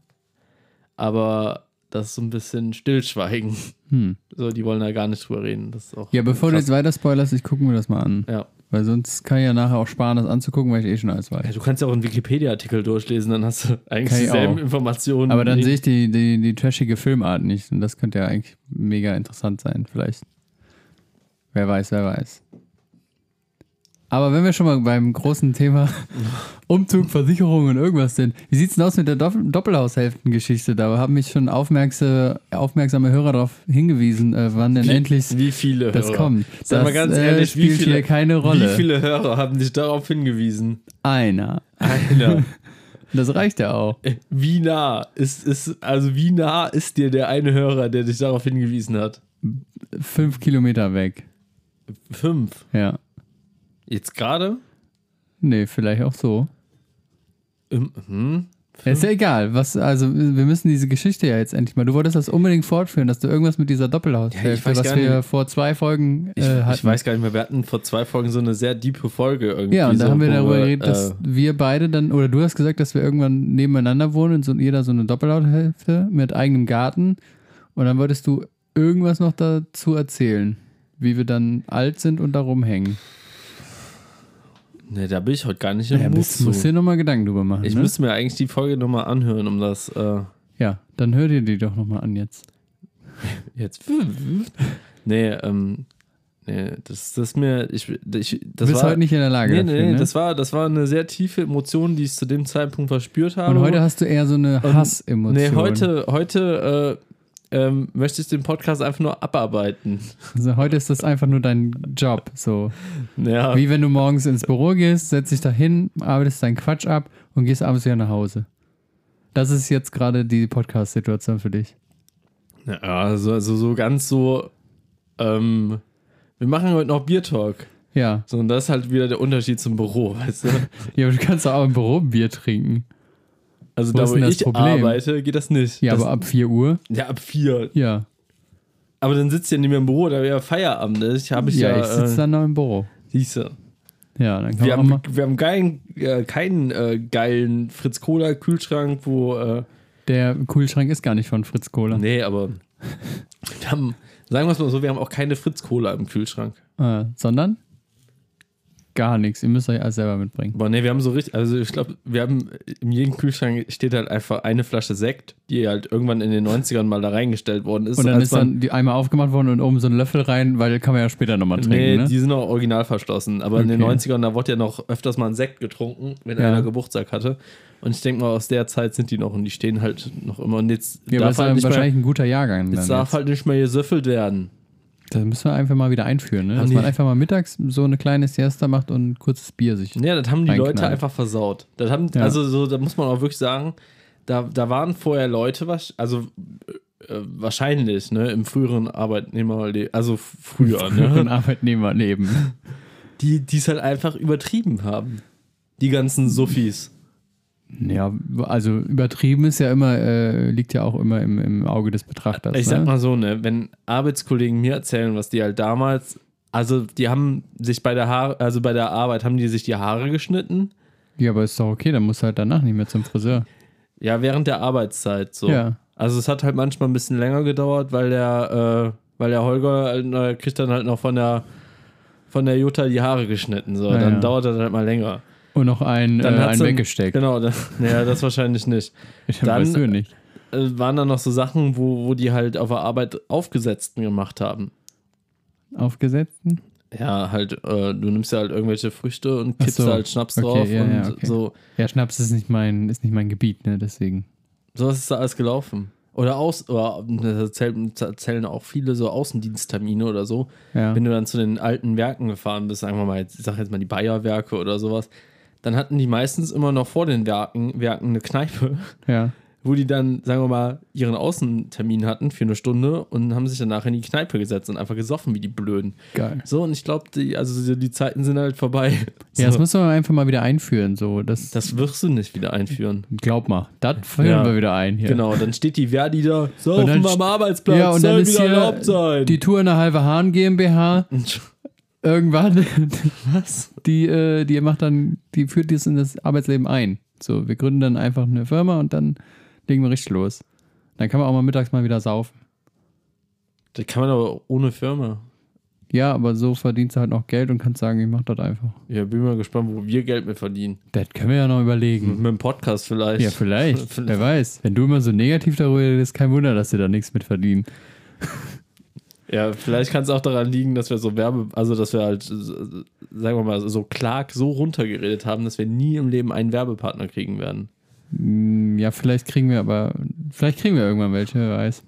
[SPEAKER 3] Aber das ist so ein bisschen Stillschweigen.
[SPEAKER 2] Hm.
[SPEAKER 3] So, die wollen da gar nicht drüber reden. Das ist auch
[SPEAKER 2] Ja, bevor
[SPEAKER 3] krass.
[SPEAKER 2] du jetzt weiter spoilerst, ich gucke mir das mal an.
[SPEAKER 3] Ja.
[SPEAKER 2] Weil sonst kann ich ja nachher auch sparen, das anzugucken, weil ich eh schon alles
[SPEAKER 3] ja,
[SPEAKER 2] weiß.
[SPEAKER 3] du kannst ja auch einen Wikipedia-Artikel durchlesen, dann hast du eigentlich
[SPEAKER 2] Kann ich
[SPEAKER 3] dieselben
[SPEAKER 2] auch.
[SPEAKER 3] Informationen.
[SPEAKER 2] Aber dann sehe ich die, die, die trashige Filmart nicht. Und das könnte ja eigentlich mega interessant sein, vielleicht. Wer weiß, wer weiß. Aber wenn wir schon mal beim großen Thema Umzug, Versicherung und irgendwas sind, wie sieht's denn aus mit der Doppel Doppelhaushälftengeschichte? Da haben mich schon aufmerkse, aufmerksame Hörer darauf hingewiesen, äh, wann denn
[SPEAKER 3] wie,
[SPEAKER 2] endlich
[SPEAKER 3] wie viele
[SPEAKER 2] das
[SPEAKER 3] Hörer.
[SPEAKER 2] kommt.
[SPEAKER 3] Sag mal
[SPEAKER 2] Das,
[SPEAKER 3] ganz
[SPEAKER 2] äh,
[SPEAKER 3] ehrlich, wie
[SPEAKER 2] spielt
[SPEAKER 3] viele,
[SPEAKER 2] hier keine
[SPEAKER 3] wie
[SPEAKER 2] Rolle.
[SPEAKER 3] viele Hörer haben dich darauf hingewiesen?
[SPEAKER 2] einer.
[SPEAKER 3] Einer.
[SPEAKER 2] Das reicht ja auch.
[SPEAKER 3] wie nah ist, ist, also wie nah ist dir der eine Hörer, der dich darauf hingewiesen hat?
[SPEAKER 2] Fünf Kilometer weg.
[SPEAKER 3] Fünf.
[SPEAKER 2] Ja.
[SPEAKER 3] Jetzt gerade?
[SPEAKER 2] Nee, vielleicht auch so.
[SPEAKER 3] Im- Hm?
[SPEAKER 2] Ja, Ist ja egal. Was, also, wir müssen diese Geschichte ja jetzt endlich mal. Du wolltest das unbedingt fortführen, dass du irgendwas mit dieser
[SPEAKER 3] Ja,
[SPEAKER 2] Doppelhaushälfte,
[SPEAKER 3] ich weiß
[SPEAKER 2] was
[SPEAKER 3] gar
[SPEAKER 2] wir
[SPEAKER 3] nicht.
[SPEAKER 2] vor zwei Folgen
[SPEAKER 3] Ich,
[SPEAKER 2] äh, hatten.
[SPEAKER 3] ich weiß gar nicht mehr, wir hatten vor zwei Folgen so eine sehr diepe Folge irgendwie.
[SPEAKER 2] ja, und da
[SPEAKER 3] so,
[SPEAKER 2] haben wir
[SPEAKER 3] wo
[SPEAKER 2] darüber geredet, dass
[SPEAKER 3] äh,
[SPEAKER 2] wir beide dann, oder du hast gesagt, dass wir irgendwann nebeneinander wohnen und so, jeder so eine Doppelhaushälfte mit eigenem Garten. Und dann wolltest du irgendwas noch dazu erzählen, wie wir dann alt sind und da rumhängen.
[SPEAKER 3] ne, da bin ich heute gar nicht im
[SPEAKER 2] Ja,
[SPEAKER 3] Mut
[SPEAKER 2] musst,
[SPEAKER 3] zu.
[SPEAKER 2] musst dir nochmal Gedanken drüber machen.
[SPEAKER 3] Ich
[SPEAKER 2] ne?
[SPEAKER 3] müsste mir eigentlich die Folge nochmal anhören, um das äh,
[SPEAKER 2] Ja, dann hör dir die doch nochmal an jetzt.
[SPEAKER 3] jetzt. Nee, ähm, nee, das, das ist mir. Ich, ich,
[SPEAKER 2] Du
[SPEAKER 3] das
[SPEAKER 2] bist
[SPEAKER 3] war,
[SPEAKER 2] heute nicht in der Lage.
[SPEAKER 3] Nee,
[SPEAKER 2] dafür,
[SPEAKER 3] nee,
[SPEAKER 2] ne?
[SPEAKER 3] das war, das war eine sehr tiefe Emotion, die ich zu dem Zeitpunkt verspürt habe.
[SPEAKER 2] Und heute hast du eher so eine
[SPEAKER 3] Und-
[SPEAKER 2] Hassemotion.
[SPEAKER 3] Nee, heute, heute äh, ähm, möchte ich den Podcast einfach nur abarbeiten.
[SPEAKER 2] Also heute ist das einfach nur dein Job. So.
[SPEAKER 3] Ja,
[SPEAKER 2] Wie wenn du morgens ins Büro gehst, setzt dich da hin, arbeitest deinen Quatsch ab und gehst abends wieder nach Hause. Das ist jetzt gerade die Podcast-Situation für dich.
[SPEAKER 3] ja also, also so ganz so. Ähm, wir machen heute noch Biertalk.
[SPEAKER 2] Ja.
[SPEAKER 3] So, und das ist halt wieder der Unterschied zum Büro, weißt du?
[SPEAKER 2] Ja, aber du kannst doch auch im Büro ein Bier trinken.
[SPEAKER 3] Also
[SPEAKER 2] Wo
[SPEAKER 3] da,
[SPEAKER 2] ist
[SPEAKER 3] wo
[SPEAKER 2] denn das
[SPEAKER 3] ich
[SPEAKER 2] Problem?
[SPEAKER 3] arbeite, geht das nicht.
[SPEAKER 2] Ja,
[SPEAKER 3] das,
[SPEAKER 2] aber ab 4 Uhr.
[SPEAKER 3] ja, ab vier.
[SPEAKER 2] Ja.
[SPEAKER 3] Aber dann sitzt ihr nicht mehr im Büro, da wäre ja Feierabend. ne? Ich habe ich ja.
[SPEAKER 2] ja, ich sitze
[SPEAKER 3] äh,
[SPEAKER 2] dann noch im Büro.
[SPEAKER 3] siehste.
[SPEAKER 2] Ja, dann kann
[SPEAKER 3] Wir
[SPEAKER 2] man auch
[SPEAKER 3] haben,
[SPEAKER 2] mal.
[SPEAKER 3] wir haben geilen, äh, keinen äh, geilen Fritz-Cola-Kühlschrank, wo. Äh,
[SPEAKER 2] Der Kühlschrank ist gar nicht von Fritz Kohler.
[SPEAKER 3] Nee, aber wir haben, sagen wir es mal so, wir haben auch keine Fritz-Cola im Kühlschrank.
[SPEAKER 2] Äh, sondern? Gar nichts. Ihr müsst euch alles selber mitbringen.
[SPEAKER 3] Aber nee, wir haben so richtig, also ich glaube, wir haben in jedem Kühlschrank steht halt einfach eine Flasche Sekt, die halt irgendwann in den 90ern mal da reingestellt worden ist.
[SPEAKER 2] Und dann
[SPEAKER 3] als
[SPEAKER 2] ist
[SPEAKER 3] man-
[SPEAKER 2] dann die einmal aufgemacht worden und oben so ein Löffel rein, weil kann man ja später nochmal trinken.
[SPEAKER 3] Nee,
[SPEAKER 2] ne?
[SPEAKER 3] die sind auch original verschlossen. Aber in den
[SPEAKER 2] Okay.
[SPEAKER 3] 90ern, da wurde ja noch öfters mal ein Sekt getrunken, wenn
[SPEAKER 2] Ja.
[SPEAKER 3] einer Geburtstag hatte. Und ich denke mal, aus der Zeit sind die noch und die stehen halt noch immer. Und jetzt
[SPEAKER 2] Ja, aber
[SPEAKER 3] darf,
[SPEAKER 2] das ist
[SPEAKER 3] halt
[SPEAKER 2] ja
[SPEAKER 3] nicht, mehr,
[SPEAKER 2] wahrscheinlich ein guter Jahrgang. Dann
[SPEAKER 3] jetzt darf
[SPEAKER 2] jetzt.
[SPEAKER 3] halt nicht mehr gesüffelt werden.
[SPEAKER 2] Das müssen wir einfach mal wieder einführen, ne? dass
[SPEAKER 3] die-
[SPEAKER 2] man einfach mal mittags so eine kleine Siesta macht und ein kurzes Bier sich.
[SPEAKER 3] Ja, das haben die
[SPEAKER 2] Reinknallen.
[SPEAKER 3] Leute einfach versaut. Das haben,
[SPEAKER 2] Ja.
[SPEAKER 3] also so, da muss man auch wirklich sagen, da, da waren vorher Leute, was, also äh, wahrscheinlich, ne, im früheren Arbeitnehmer, also f- früher,
[SPEAKER 2] Für
[SPEAKER 3] ne,
[SPEAKER 2] einen Arbeitnehmer neben.
[SPEAKER 3] die die es halt einfach übertrieben haben. Die ganzen Suffis.
[SPEAKER 2] Ja, also übertrieben ist ja immer, äh, liegt ja auch immer im, im Auge des Betrachters.
[SPEAKER 3] Ich sag
[SPEAKER 2] ne?
[SPEAKER 3] mal so, ne, wenn Arbeitskollegen mir erzählen, was die halt damals, also die haben sich bei der Haare, also bei der Arbeit haben die sich die Haare geschnitten.
[SPEAKER 2] Ja, aber ist doch okay, dann musst du halt danach nicht mehr zum Friseur.
[SPEAKER 3] Ja, während der Arbeitszeit so.
[SPEAKER 2] Ja.
[SPEAKER 3] Also es hat halt manchmal ein bisschen länger gedauert, weil der, äh, weil der Holger äh, kriegt dann halt noch von der von der Jutta die Haare geschnitten. So.
[SPEAKER 2] Ja,
[SPEAKER 3] dann
[SPEAKER 2] ja.
[SPEAKER 3] dauert das halt mal länger.
[SPEAKER 2] Und noch einen, äh,
[SPEAKER 3] Dann hat's
[SPEAKER 2] einen
[SPEAKER 3] dann-
[SPEAKER 2] weggesteckt.
[SPEAKER 3] Genau, dann, naja, das wahrscheinlich nicht. dann-
[SPEAKER 2] weißt du nicht.
[SPEAKER 3] Äh, waren dann noch so Sachen, wo, wo die halt auf der Arbeit Aufgesetzten gemacht haben.
[SPEAKER 2] Aufgesetzten?
[SPEAKER 3] Ja, halt, äh, du nimmst ja halt irgendwelche Früchte und
[SPEAKER 2] Ach
[SPEAKER 3] kippst
[SPEAKER 2] so.
[SPEAKER 3] da halt Schnaps
[SPEAKER 2] Okay,
[SPEAKER 3] drauf
[SPEAKER 2] ja,
[SPEAKER 3] und
[SPEAKER 2] ja, okay.
[SPEAKER 3] so.
[SPEAKER 2] Ja, Schnaps ist nicht mein, ist nicht mein Gebiet, ne? Deswegen.
[SPEAKER 3] So ist da alles gelaufen. Oder aus, oder, das erzählen, erzählen auch viele so Außendiensttermine oder so.
[SPEAKER 2] Ja.
[SPEAKER 3] Wenn du dann zu den alten Werken gefahren bist, sagen wir mal, jetzt, ich sag jetzt mal die Bayerwerke oder sowas, dann hatten die meistens immer noch vor den Werken, Werken eine Kneipe,
[SPEAKER 2] Ja.
[SPEAKER 3] wo die dann, sagen wir mal, ihren Außentermin hatten für eine Stunde und haben sich danach in die Kneipe gesetzt und einfach gesoffen wie die Blöden.
[SPEAKER 2] Geil.
[SPEAKER 3] So, und ich glaube, die, also die- die Zeiten sind halt vorbei. So,
[SPEAKER 2] Ja, das müssen wir einfach mal wieder einführen. So, das,
[SPEAKER 3] das wirst du nicht wieder einführen.
[SPEAKER 2] glaub mal, das führen
[SPEAKER 3] Ja.
[SPEAKER 2] wir wieder ein hier.
[SPEAKER 3] Genau, dann steht die Verdi da, so
[SPEAKER 2] dann
[SPEAKER 3] am
[SPEAKER 2] st-
[SPEAKER 3] Arbeitsplatz,
[SPEAKER 2] Ja, und dann
[SPEAKER 3] soll
[SPEAKER 2] ist
[SPEAKER 3] wieder
[SPEAKER 2] hier
[SPEAKER 3] erlaubt sein.
[SPEAKER 2] die Tour in der halbe Hahn GmbH irgendwann. Was? Die, äh, die macht dann, die führt das in das Arbeitsleben ein. So, wir gründen dann einfach eine Firma und dann legen wir richtig los. Dann kann man auch mal mittags mal wieder saufen.
[SPEAKER 3] das kann man aber ohne Firma.
[SPEAKER 2] Ja, aber so verdienst du halt noch Geld und kannst sagen, ich mach das einfach.
[SPEAKER 3] Ja, bin mal gespannt, wo wir Geld mit verdienen.
[SPEAKER 2] Das können wir ja noch überlegen.
[SPEAKER 3] Mit dem Podcast vielleicht.
[SPEAKER 2] Ja, vielleicht. Wer weiß. Wenn du immer so negativ darüber redest, kein Wunder, dass dir da nichts mit verdienen.
[SPEAKER 3] Ja, vielleicht kann es auch daran liegen, dass wir so Werbe, also dass wir halt, äh, sagen wir mal, so Clark so runtergeredet haben, dass wir nie im Leben einen Werbepartner kriegen werden.
[SPEAKER 2] Hm, Ja, vielleicht kriegen wir aber, vielleicht kriegen wir irgendwann welche, wer weiß.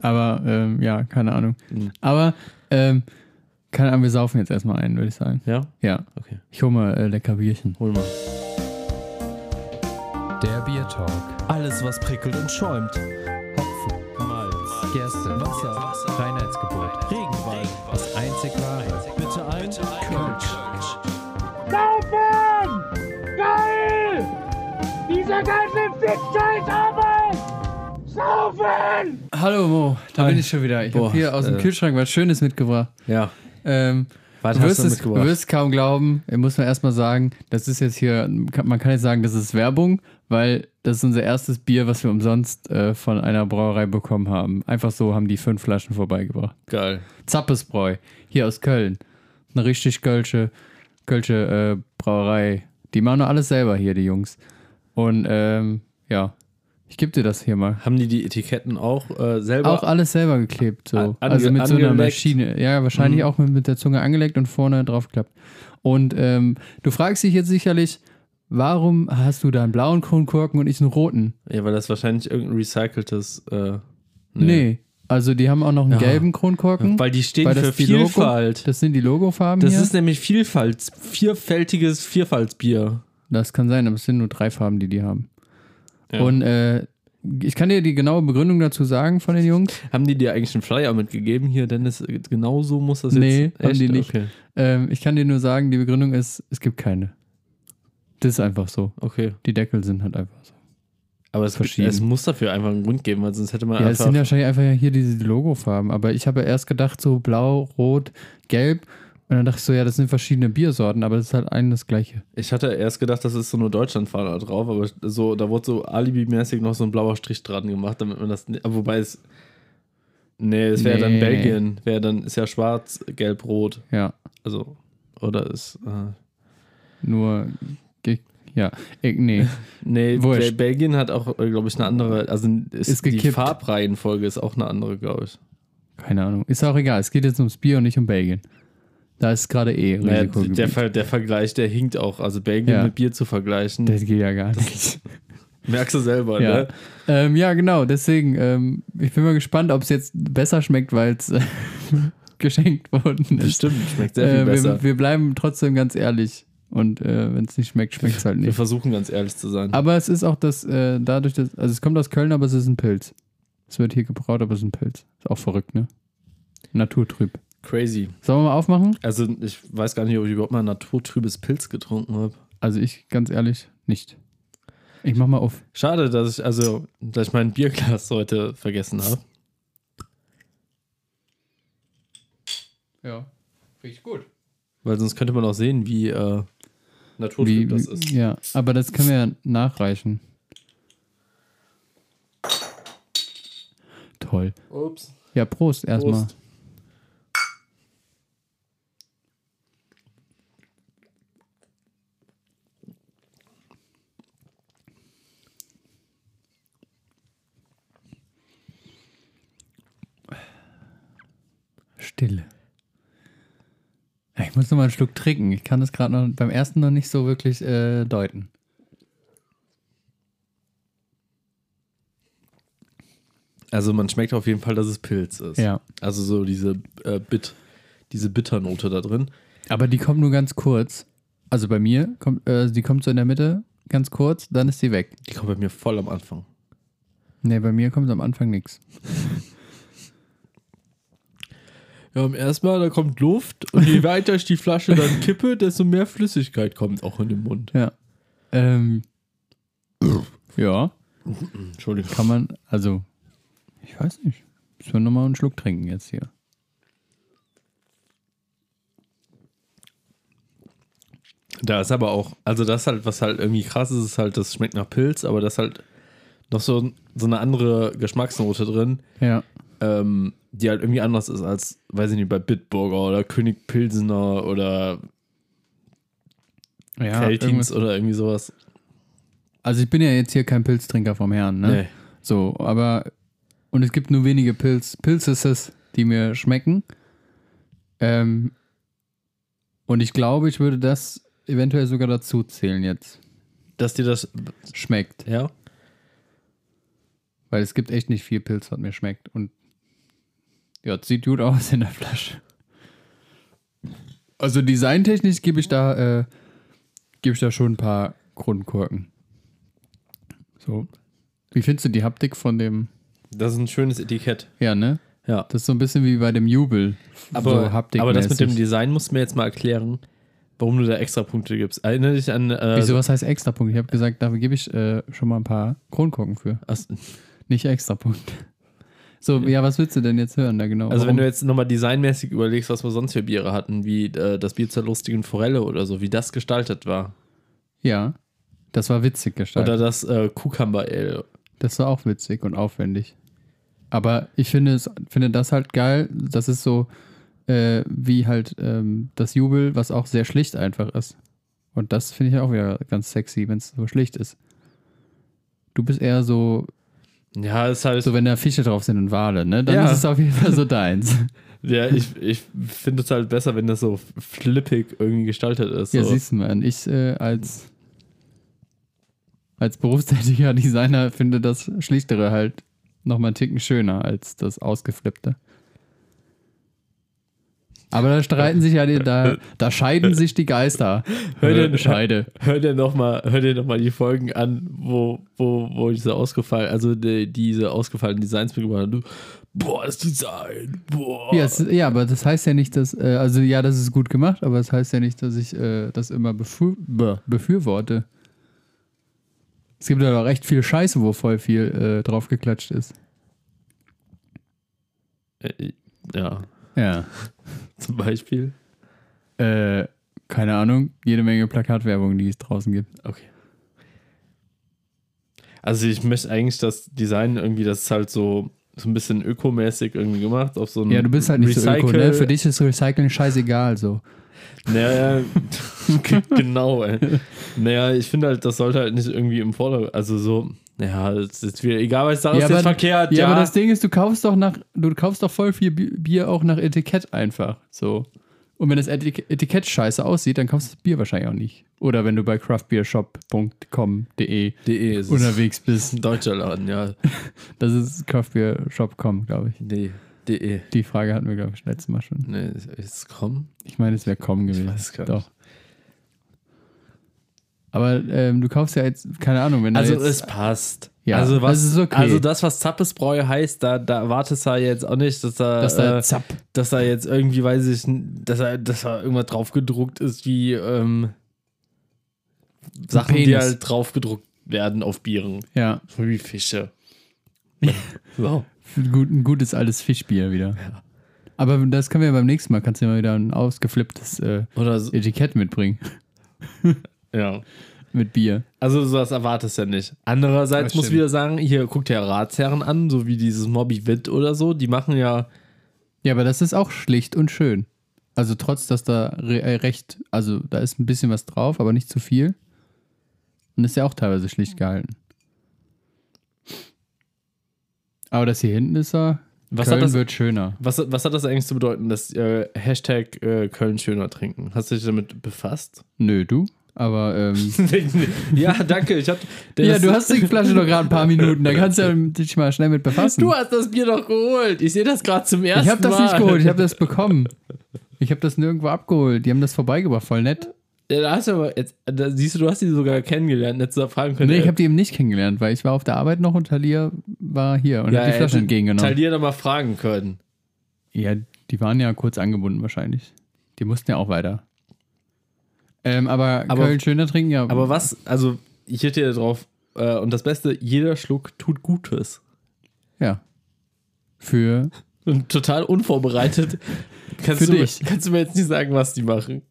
[SPEAKER 2] Aber ähm, ja, keine Ahnung.
[SPEAKER 3] Mhm.
[SPEAKER 2] Aber ähm, keine Ahnung, wir saufen jetzt erstmal ein, würde ich sagen.
[SPEAKER 3] Ja?
[SPEAKER 2] Ja,
[SPEAKER 3] Okay.
[SPEAKER 2] ich hole mal äh, lecker Bierchen.
[SPEAKER 3] Hol mal.
[SPEAKER 4] Der Bier Talk.
[SPEAKER 5] Alles, was prickelt und schäumt.
[SPEAKER 4] Hopfen, Malz, Gerste, Wasser, Reinheitsgebot, Regenwald, das einzig wahre.
[SPEAKER 5] Bitte ein Kölsch.
[SPEAKER 6] Saufen! Geil! Diese ganze Fick-Scheiß-Arbeit! Saufen!
[SPEAKER 2] Hallo Mo, da
[SPEAKER 3] Hi.
[SPEAKER 2] bin ich schon wieder. Ich
[SPEAKER 3] Boah,
[SPEAKER 2] habe hier aus dem
[SPEAKER 3] äh.
[SPEAKER 2] Kühlschrank was Schönes mitgebracht.
[SPEAKER 3] Ja.
[SPEAKER 2] Ähm,
[SPEAKER 3] Was
[SPEAKER 2] du
[SPEAKER 3] hast
[SPEAKER 2] wirst
[SPEAKER 3] du
[SPEAKER 2] es-
[SPEAKER 3] mitgebracht?
[SPEAKER 2] Du wirst kaum glauben, äh, muss man erstmal sagen, das ist jetzt hier, kann- man kann jetzt sagen, das ist Werbung, weil das ist unser erstes Bier, was wir umsonst äh, von einer Brauerei bekommen haben. Einfach so haben die fünf Flaschen vorbeigebracht.
[SPEAKER 3] Geil.
[SPEAKER 2] Zappesbräu, hier aus Köln. Eine richtig kölsche, kölsche äh, Brauerei. Die machen nur alles selber hier, die Jungs. Und ähm, ja, ich gebe dir das hier mal.
[SPEAKER 3] Haben die die Etiketten auch äh, selber?
[SPEAKER 2] Auch alles selber geklebt, so.
[SPEAKER 3] Ange-
[SPEAKER 2] also mit so einer
[SPEAKER 3] angeleckt.
[SPEAKER 2] Maschine. Ja, wahrscheinlich
[SPEAKER 3] Mhm.
[SPEAKER 2] auch mit, mit der Zunge angelegt und vorne draufgeklappt. Und ähm, du fragst dich jetzt sicherlich, warum hast du da einen blauen Kronkorken und ich einen roten?
[SPEAKER 3] ja, weil das wahrscheinlich irgendein recyceltes. Äh,
[SPEAKER 2] Nee. Also die haben auch noch einen
[SPEAKER 3] Ja.
[SPEAKER 2] gelben Kronkorken.
[SPEAKER 3] Weil die stehen
[SPEAKER 2] weil
[SPEAKER 3] für
[SPEAKER 2] das die Logo-
[SPEAKER 3] Vielfalt.
[SPEAKER 2] das sind die Logofarben
[SPEAKER 3] Das
[SPEAKER 2] hier.
[SPEAKER 3] ist nämlich Vielfalt, vielfältiges Vielfaltsbier.
[SPEAKER 2] das kann sein, aber es sind nur drei Farben, die die haben.
[SPEAKER 3] Ja.
[SPEAKER 2] Und äh, ich kann dir die genaue Begründung dazu sagen von den Jungs.
[SPEAKER 3] Haben die dir eigentlich einen Flyer mitgegeben hier, Dennis? Genau so muss das jetzt.
[SPEAKER 2] Nee, haben die nicht.
[SPEAKER 3] Okay,
[SPEAKER 2] Ähm, ich kann dir nur sagen, die Begründung ist, es gibt keine. Das ist einfach so.
[SPEAKER 3] okay.
[SPEAKER 2] Die Deckel sind halt einfach so.
[SPEAKER 3] Aber es,
[SPEAKER 2] Verschieden.
[SPEAKER 3] es muss dafür einfach einen Grund geben, weil sonst hätte man
[SPEAKER 2] Ja, es
[SPEAKER 3] einfach.
[SPEAKER 2] sind ja wahrscheinlich einfach hier diese Logofarben. Aber ich habe erst gedacht, so blau, rot, gelb. Und dann dachte ich so, ja, das sind verschiedene Biersorten, aber das ist halt ein das gleiche.
[SPEAKER 3] ich hatte erst gedacht, das ist so eine Deutschlandfahne da drauf, aber so, da wurde so alibimäßig noch so ein blauer Strich dran gemacht, damit man das. aber Wobei es. Nee, es wäre dann
[SPEAKER 2] Nee.
[SPEAKER 3] Belgien. Wäre dann, ist ja schwarz, gelb, rot.
[SPEAKER 2] Ja,
[SPEAKER 3] Also. Oder ist. Äh,
[SPEAKER 2] nur, ge- ja, ich, nee.
[SPEAKER 3] nee,
[SPEAKER 2] Wurscht.
[SPEAKER 3] Bel- Belgien hat auch, glaube ich, eine andere. Also ist,
[SPEAKER 2] Ist
[SPEAKER 3] die
[SPEAKER 2] gekippt.
[SPEAKER 3] Farbreihenfolge ist auch eine andere, glaube ich.
[SPEAKER 2] Keine Ahnung. Ist auch egal. Es geht jetzt ums Bier und nicht um Belgien. Da ist gerade eh
[SPEAKER 3] Naja,
[SPEAKER 2] Risikogebiet.
[SPEAKER 3] der, Ver der Vergleich, der hinkt auch. Also Belgien
[SPEAKER 2] Ja.
[SPEAKER 3] mit Bier zu vergleichen,
[SPEAKER 2] das geht ja gar nicht.
[SPEAKER 3] merkst du selber,
[SPEAKER 2] Ja.
[SPEAKER 3] ne?
[SPEAKER 2] Ähm, ja, genau. Deswegen, ähm, ich bin mal gespannt, ob es jetzt besser schmeckt, weil es äh, geschenkt worden ist.
[SPEAKER 3] Stimmt, schmeckt sehr viel
[SPEAKER 2] äh,
[SPEAKER 3] besser.
[SPEAKER 2] Wir, wir bleiben trotzdem ganz ehrlich. Und äh, wenn es nicht schmeckt, schmeckt es halt
[SPEAKER 3] Wir
[SPEAKER 2] nicht.
[SPEAKER 3] versuchen ganz ehrlich zu sein.
[SPEAKER 2] Aber es ist auch das, äh, dadurch, dass, also es kommt aus Köln, aber es ist ein Pilz. Es wird hier gebraut, aber es ist ein Pilz. Ist auch verrückt, ne? Naturtrüb.
[SPEAKER 3] Crazy.
[SPEAKER 2] Sollen wir mal aufmachen?
[SPEAKER 3] Also ich weiß gar nicht, ob ich überhaupt mal ein naturtrübes Pilz getrunken habe.
[SPEAKER 2] Also ich, ganz ehrlich, nicht. Ich mach mal auf.
[SPEAKER 3] Schade, dass ich also, dass ich mein Bierglas heute vergessen habe.
[SPEAKER 2] Ja, riecht gut.
[SPEAKER 3] Weil sonst könnte man auch sehen, wie äh, naturtrüb
[SPEAKER 2] Wie,
[SPEAKER 3] das ist.
[SPEAKER 2] Ja, aber das können wir ja nachreichen. Toll.
[SPEAKER 3] Ups.
[SPEAKER 2] Ja, Prost erstmal.
[SPEAKER 3] Prost.
[SPEAKER 2] Stille. Ich muss noch mal einen Schluck trinken. Ich kann das gerade noch beim ersten noch nicht so wirklich äh, deuten.
[SPEAKER 3] Also man schmeckt auf jeden Fall, dass es Pilz ist.
[SPEAKER 2] Ja.
[SPEAKER 3] Also so diese äh, Bit, diese Bitternote da drin.
[SPEAKER 2] Aber die kommt nur ganz kurz. Also bei mir kommt, äh, die kommt so in der Mitte, ganz kurz, dann ist sie weg.
[SPEAKER 3] Die kommt bei mir voll am Anfang.
[SPEAKER 2] Nee, bei mir kommt am Anfang nichts.
[SPEAKER 3] Ja, am ersten Mal, da kommt Luft und je weiter ich die Flasche dann kippe, desto mehr Flüssigkeit kommt auch in den Mund.
[SPEAKER 2] Ja. Ähm, ja,
[SPEAKER 3] Entschuldigung.
[SPEAKER 2] kann man, also, ich weiß nicht. Müssen wir nochmal einen Schluck trinken jetzt hier.
[SPEAKER 3] Da ist aber auch, also das halt, was halt irgendwie krass ist, ist halt, das schmeckt nach Pilz, aber das ist halt noch so, so eine andere Geschmacksnote drin,
[SPEAKER 2] Ja.
[SPEAKER 3] ähm, die halt irgendwie anders ist als, weiß ich nicht, bei Bitburger oder König Pilsener oder
[SPEAKER 2] Ja,
[SPEAKER 3] Feltins
[SPEAKER 2] irgendwas-
[SPEAKER 3] oder irgendwie sowas.
[SPEAKER 2] also ich bin ja jetzt hier kein Pilztrinker vom Herrn, ne? So, aber und es gibt nur wenige Pilz, Pilzes, die mir schmecken. Ähm, und ich glaube, ich würde das eventuell sogar dazu zählen jetzt.
[SPEAKER 3] Dass dir das,
[SPEAKER 2] Schmeckt.
[SPEAKER 3] ja,
[SPEAKER 2] Weil es gibt echt nicht viel Pilz, was mir schmeckt. Und ja, es sieht gut aus in der Flasche. Also designtechnisch gebe ich da, äh, gebe ich da schon ein paar Kronkorken. So. Wie findest du die Haptik von dem?
[SPEAKER 3] das ist ein schönes Etikett.
[SPEAKER 2] Ja, ne?
[SPEAKER 3] Ja.
[SPEAKER 2] Das ist so ein bisschen wie bei dem Jubel.
[SPEAKER 3] Aber,
[SPEAKER 2] so haptikmäßig.
[SPEAKER 3] aber das mit dem Design musst du mir jetzt mal erklären, warum du da extra Punkte gibst. Erinnere dich an. Äh,
[SPEAKER 2] Wieso, was heißt Extrapunkt? Ich habe gesagt, dafür gebe ich äh, schon mal ein paar Kronkorken für.
[SPEAKER 3] Ach, also
[SPEAKER 2] Nicht Extrapunkt. So, ja, was willst du denn jetzt hören da genau?
[SPEAKER 3] Also, wenn
[SPEAKER 2] Warum-
[SPEAKER 3] du jetzt nochmal designmäßig überlegst, was wir sonst für Biere hatten, wie äh, das Bier zur lustigen Forelle oder so, wie das gestaltet war.
[SPEAKER 2] Ja, das war witzig gestaltet.
[SPEAKER 3] Oder das äh, Cucumber Ale.
[SPEAKER 2] das war auch witzig und aufwendig. Aber ich finde, es, finde das halt geil. Das ist so äh, wie halt ähm, das Jubel, was auch sehr schlicht einfach ist. Und das finde ich auch wieder ganz sexy, wenn es so schlicht ist. Du bist eher so
[SPEAKER 3] Ja, ist halt.
[SPEAKER 2] So, wenn da Fische drauf sind und Wale, ne? Dann
[SPEAKER 3] Ja.
[SPEAKER 2] ist es auf jeden Fall so deins.
[SPEAKER 3] ja, ich, ich finde es halt besser, wenn das so flippig irgendwie gestaltet ist.
[SPEAKER 2] Ja,
[SPEAKER 3] so.
[SPEAKER 2] siehst du, man. Ich äh, als, als berufstätiger Designer finde das Schlichtere halt nochmal einen Ticken schöner als das Ausgeflippte. Aber da streiten sich ja die, da, da scheiden sich die Geister. Äh,
[SPEAKER 3] Hör dir-
[SPEAKER 2] Scheide.
[SPEAKER 3] Hör dir nochmal noch mal- hör dir noch mal die Folgen an, wo, wo, wo diese ausgefallen, also die, diese ausgefallenen Designs bekommen haben. Du, boah, das Design, boah.
[SPEAKER 2] Ja, es, ja, aber das heißt ja nicht, dass, äh, also ja, das ist gut gemacht, aber das heißt ja nicht, dass ich äh, das immer befür be befürworte. Es gibt ja auch recht viel Scheiße, wo voll viel äh, draufgeklatscht ist.
[SPEAKER 3] Äh, Ja,
[SPEAKER 2] Ja.
[SPEAKER 3] zum Beispiel.
[SPEAKER 2] Äh, keine Ahnung, jede Menge Plakatwerbung, die es draußen gibt.
[SPEAKER 3] Okay. Also ich möchte eigentlich das Design irgendwie, das ist halt so, so ein bisschen ökomäßig irgendwie gemacht, auf so einem
[SPEAKER 2] Ja, du bist halt nicht so öko,
[SPEAKER 3] Recycle-
[SPEAKER 2] ne? Für dich ist Recycling scheißegal, so.
[SPEAKER 3] Naja, g- genau, ey. Naja, ich finde halt, das sollte halt nicht irgendwie im Vordergrund, also so, ja, das ist jetzt wieder, egal was da ist, jetzt verkehrt,
[SPEAKER 2] ja,
[SPEAKER 3] ja.
[SPEAKER 2] aber das Ding ist, du kaufst doch nach, du kaufst doch voll viel Bi- Bier auch nach Etikett einfach. So. Und wenn das Etik Etikett scheiße aussieht, dann kaufst du das Bier wahrscheinlich auch nicht. Oder wenn du bei craftbeershop.com.de
[SPEAKER 3] DE ist E, es.
[SPEAKER 2] unterwegs bist.
[SPEAKER 3] Ein deutscher Laden, ja. E,
[SPEAKER 2] Das ist craftbeershop.com, glaube ich.
[SPEAKER 3] Nee, DE.
[SPEAKER 2] Die Frage hatten wir, glaube ich, letztes Mal schon.
[SPEAKER 3] Nee, ist komm.
[SPEAKER 2] Ich meine, es wäre com gewesen.
[SPEAKER 3] weiß gar
[SPEAKER 2] Doch. Aber ähm, du kaufst ja jetzt, keine Ahnung, wenn
[SPEAKER 3] Also
[SPEAKER 2] da
[SPEAKER 3] es
[SPEAKER 2] jetzt,
[SPEAKER 3] passt.
[SPEAKER 2] Ja,
[SPEAKER 3] also, was,
[SPEAKER 2] das ist okay.
[SPEAKER 3] also das, was Zappesbräu heißt, da, da wartest du ja jetzt auch nicht, dass da,
[SPEAKER 2] dass da
[SPEAKER 3] äh,
[SPEAKER 2] zapp.
[SPEAKER 3] dass da jetzt irgendwie, weiß ich, n- dass da, dass da irgendwas draufgedruckt ist, wie ähm, Sachen, die
[SPEAKER 2] Penis.
[SPEAKER 3] halt draufgedruckt werden auf Bieren.
[SPEAKER 2] Ja,
[SPEAKER 3] So Wie Fische. wow.
[SPEAKER 2] gut, ein gutes altes Fischbier wieder. Aber das können wir beim nächsten Mal, kannst du ja mal wieder ein ausgeflipptes äh,
[SPEAKER 3] Oder so,
[SPEAKER 2] Etikett mitbringen.
[SPEAKER 3] ja.
[SPEAKER 2] Mit Bier.
[SPEAKER 3] Also sowas erwartest du ja nicht. Andererseits
[SPEAKER 2] Das
[SPEAKER 3] muss
[SPEAKER 2] stimmt.
[SPEAKER 3] wieder sagen, hier guckt ja Ratsherren an, so wie dieses Mobby Witt oder so, die machen ja,
[SPEAKER 2] Ja, aber das ist auch schlicht und schön. Also trotz, dass da re äh, recht, also da ist ein bisschen was drauf, aber nicht zu viel. Und ist ja auch teilweise schlicht gehalten. Aber das hier hinten ist er.
[SPEAKER 3] Was
[SPEAKER 2] Köln
[SPEAKER 3] hat das-
[SPEAKER 2] wird schöner.
[SPEAKER 3] was, was hat das eigentlich zu bedeuten, das äh, Hashtag äh, Köln schöner trinken? Hast du dich damit befasst?
[SPEAKER 2] Nö, du. Aber ähm,
[SPEAKER 3] ja, danke, ich hab,
[SPEAKER 2] ja, du hast die Flasche noch gerade ein paar Minuten. Da kannst du ja dich mal schnell mit befassen.
[SPEAKER 3] Du hast das Bier doch geholt. Ich sehe das gerade zum ersten Mal.
[SPEAKER 2] ich habe das nicht geholt. Ich habe das bekommen. Ich habe das nirgendwo abgeholt. Die haben das vorbeigebracht. Voll nett.
[SPEAKER 3] Ja, Da hast du aber jetzt, da siehst du, du hast die sogar kennengelernt, hättest du da fragen können.
[SPEAKER 2] Nee, ich
[SPEAKER 3] äh,
[SPEAKER 2] habe die eben nicht kennengelernt, weil ich war auf der Arbeit noch und Talia war hier und
[SPEAKER 3] ja,
[SPEAKER 2] hat die Flasche
[SPEAKER 3] hätte
[SPEAKER 2] entgegengenommen.
[SPEAKER 3] Talia da mal fragen können.
[SPEAKER 2] Ja, die waren ja kurz angebunden wahrscheinlich. Die mussten ja auch weiter. Ähm, aber,
[SPEAKER 3] Aber-
[SPEAKER 2] Köln schöner trinken, ja.
[SPEAKER 3] Aber was, also, ich hätte ja drauf, äh, und das Beste, jeder Schluck tut Gutes.
[SPEAKER 2] Ja. Für.
[SPEAKER 3] Und total unvorbereitet. kannst,
[SPEAKER 2] Für
[SPEAKER 3] du,
[SPEAKER 2] dich.
[SPEAKER 3] Mir, kannst du mir jetzt nicht sagen, was die machen?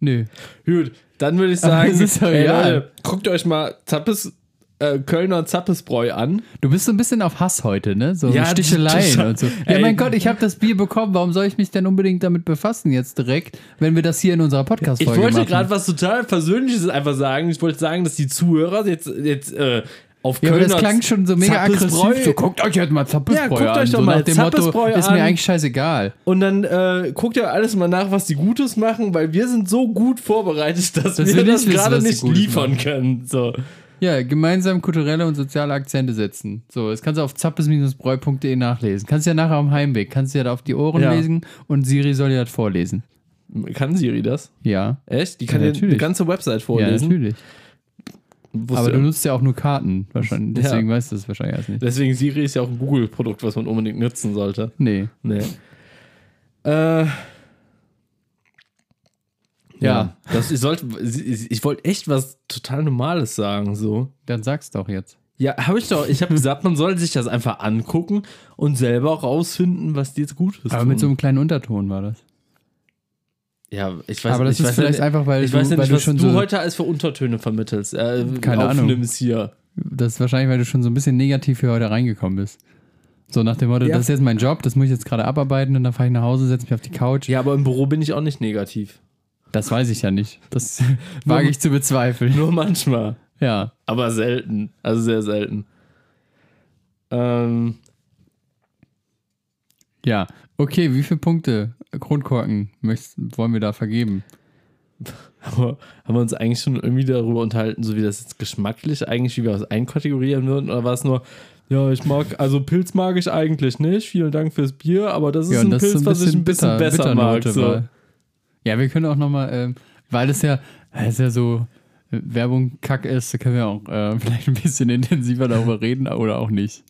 [SPEAKER 2] Nö.
[SPEAKER 3] Gut, dann würde ich
[SPEAKER 2] Aber
[SPEAKER 3] sagen,
[SPEAKER 2] es ist doch
[SPEAKER 3] ey,
[SPEAKER 2] egal.
[SPEAKER 3] Leute, guckt euch mal Zappes, äh, Kölner Zappesbräu an.
[SPEAKER 2] Du bist so ein bisschen auf Hass heute, ne? So
[SPEAKER 3] Ja,
[SPEAKER 2] Sticheleien
[SPEAKER 3] total.
[SPEAKER 2] und so. Ja,
[SPEAKER 3] Ey.
[SPEAKER 2] mein Gott, ich habe das Bier bekommen. Warum soll ich mich denn unbedingt damit befassen jetzt direkt, wenn wir das hier in unserer
[SPEAKER 3] Ich
[SPEAKER 2] Podcast-Folge machen?
[SPEAKER 3] wollte gerade was total Persönliches einfach sagen. Ich wollte sagen, dass die Zuhörer jetzt, jetzt äh, auf
[SPEAKER 2] Ja, aber
[SPEAKER 3] Kölner
[SPEAKER 2] das klang schon so mega
[SPEAKER 3] Zappesbräu-
[SPEAKER 2] aggressiv. So, guckt euch jetzt mal Zappesbräu
[SPEAKER 3] Ja, guckt
[SPEAKER 2] an.
[SPEAKER 3] euch doch
[SPEAKER 2] so
[SPEAKER 3] mal
[SPEAKER 2] nach dem Motto,
[SPEAKER 3] Zappesbräu
[SPEAKER 2] ist
[SPEAKER 3] an.
[SPEAKER 2] mir eigentlich scheißegal.
[SPEAKER 3] Und dann äh, guckt ihr alles mal nach, was die Gutes machen, weil wir sind so gut vorbereitet, dass,
[SPEAKER 2] Dass
[SPEAKER 3] wir,
[SPEAKER 2] wir nicht
[SPEAKER 3] das
[SPEAKER 2] wissen,
[SPEAKER 3] gerade
[SPEAKER 2] was die
[SPEAKER 3] nicht
[SPEAKER 2] Gutes
[SPEAKER 3] liefern
[SPEAKER 2] machen.
[SPEAKER 3] können. So.
[SPEAKER 2] Ja, gemeinsam kulturelle und soziale Akzente setzen. So, das kannst du auf zappes-breu.de nachlesen. Kannst ja nachher am Heimweg, kannst ja da auf die Ohren
[SPEAKER 3] Ja.
[SPEAKER 2] lesen und Siri soll dir das vorlesen.
[SPEAKER 3] Kann Siri das?
[SPEAKER 2] Ja.
[SPEAKER 3] Echt? Die kann
[SPEAKER 2] Ja,
[SPEAKER 3] dir die
[SPEAKER 2] natürlich.
[SPEAKER 3] ganze Website
[SPEAKER 2] Ja,
[SPEAKER 3] vorlesen.
[SPEAKER 2] natürlich.
[SPEAKER 3] Wusste-
[SPEAKER 2] Aber du nutzt ja auch nur Karten wahrscheinlich.
[SPEAKER 3] Ja.
[SPEAKER 2] Deswegen weißt du es wahrscheinlich erst nicht.
[SPEAKER 3] Deswegen Siri ist ja auch ein Google-Produkt, was man unbedingt nutzen sollte.
[SPEAKER 2] Nee.
[SPEAKER 3] Nee. Äh. Ja,
[SPEAKER 2] Ja.
[SPEAKER 3] das, ich sollte, ich ich wollte echt was total Normales sagen, so.
[SPEAKER 2] Dann sag's doch jetzt.
[SPEAKER 3] Ja, habe ich doch. Ich habe gesagt, man soll sich das einfach angucken und selber rausfinden, was dir jetzt gut ist.
[SPEAKER 2] Aber mit so einem kleinen Unterton war das.
[SPEAKER 3] ja, ich weiß,
[SPEAKER 2] aber das
[SPEAKER 3] ich
[SPEAKER 2] ist
[SPEAKER 3] weiß
[SPEAKER 2] vielleicht
[SPEAKER 3] ja, nicht-
[SPEAKER 2] einfach, weil
[SPEAKER 3] ich
[SPEAKER 2] du,
[SPEAKER 3] weiß ja
[SPEAKER 2] weil
[SPEAKER 3] nicht,
[SPEAKER 2] du
[SPEAKER 3] was
[SPEAKER 2] schon
[SPEAKER 3] du
[SPEAKER 2] so.
[SPEAKER 3] heute als für Untertöne vermittelst. Äh,
[SPEAKER 2] Keine Ahnung.
[SPEAKER 3] aufnimmst hier.
[SPEAKER 2] das ist wahrscheinlich, weil du schon so ein bisschen negativ hier heute reingekommen bist. So nach dem Motto,
[SPEAKER 3] Ja.
[SPEAKER 2] das ist jetzt mein Job, das muss ich jetzt gerade abarbeiten und dann fahre ich nach Hause, setze mich auf die Couch.
[SPEAKER 3] Ja, aber im Büro bin ich auch nicht negativ.
[SPEAKER 2] Das weiß ich ja nicht. Das wage ich zu bezweifeln.
[SPEAKER 3] Nur manchmal.
[SPEAKER 2] Ja.
[SPEAKER 3] Aber selten. Also sehr selten. Ähm,
[SPEAKER 2] Ja. Okay, wie viele Punkte äh, Kronkorken möchtest, wollen wir da vergeben?
[SPEAKER 3] aber haben wir uns eigentlich schon irgendwie darüber unterhalten, so wie das jetzt geschmacklich eigentlich, wie wir das einkategorieren würden? Oder war es nur, ja, ich mag, also Pilz mag ich eigentlich nicht. Vielen Dank fürs Bier, aber das ist
[SPEAKER 2] ja,
[SPEAKER 3] ein
[SPEAKER 2] und das
[SPEAKER 3] Pilz,
[SPEAKER 2] ist so ein
[SPEAKER 3] was ich
[SPEAKER 2] bisschen bitter,
[SPEAKER 3] ein bisschen besser mag.
[SPEAKER 2] Bitternote.
[SPEAKER 3] So.
[SPEAKER 2] weil- Ja, wir können auch nochmal, ähm, weil das ja, weil das ja so äh, Werbung kack ist, da können wir auch äh, vielleicht ein bisschen intensiver darüber reden oder auch nicht.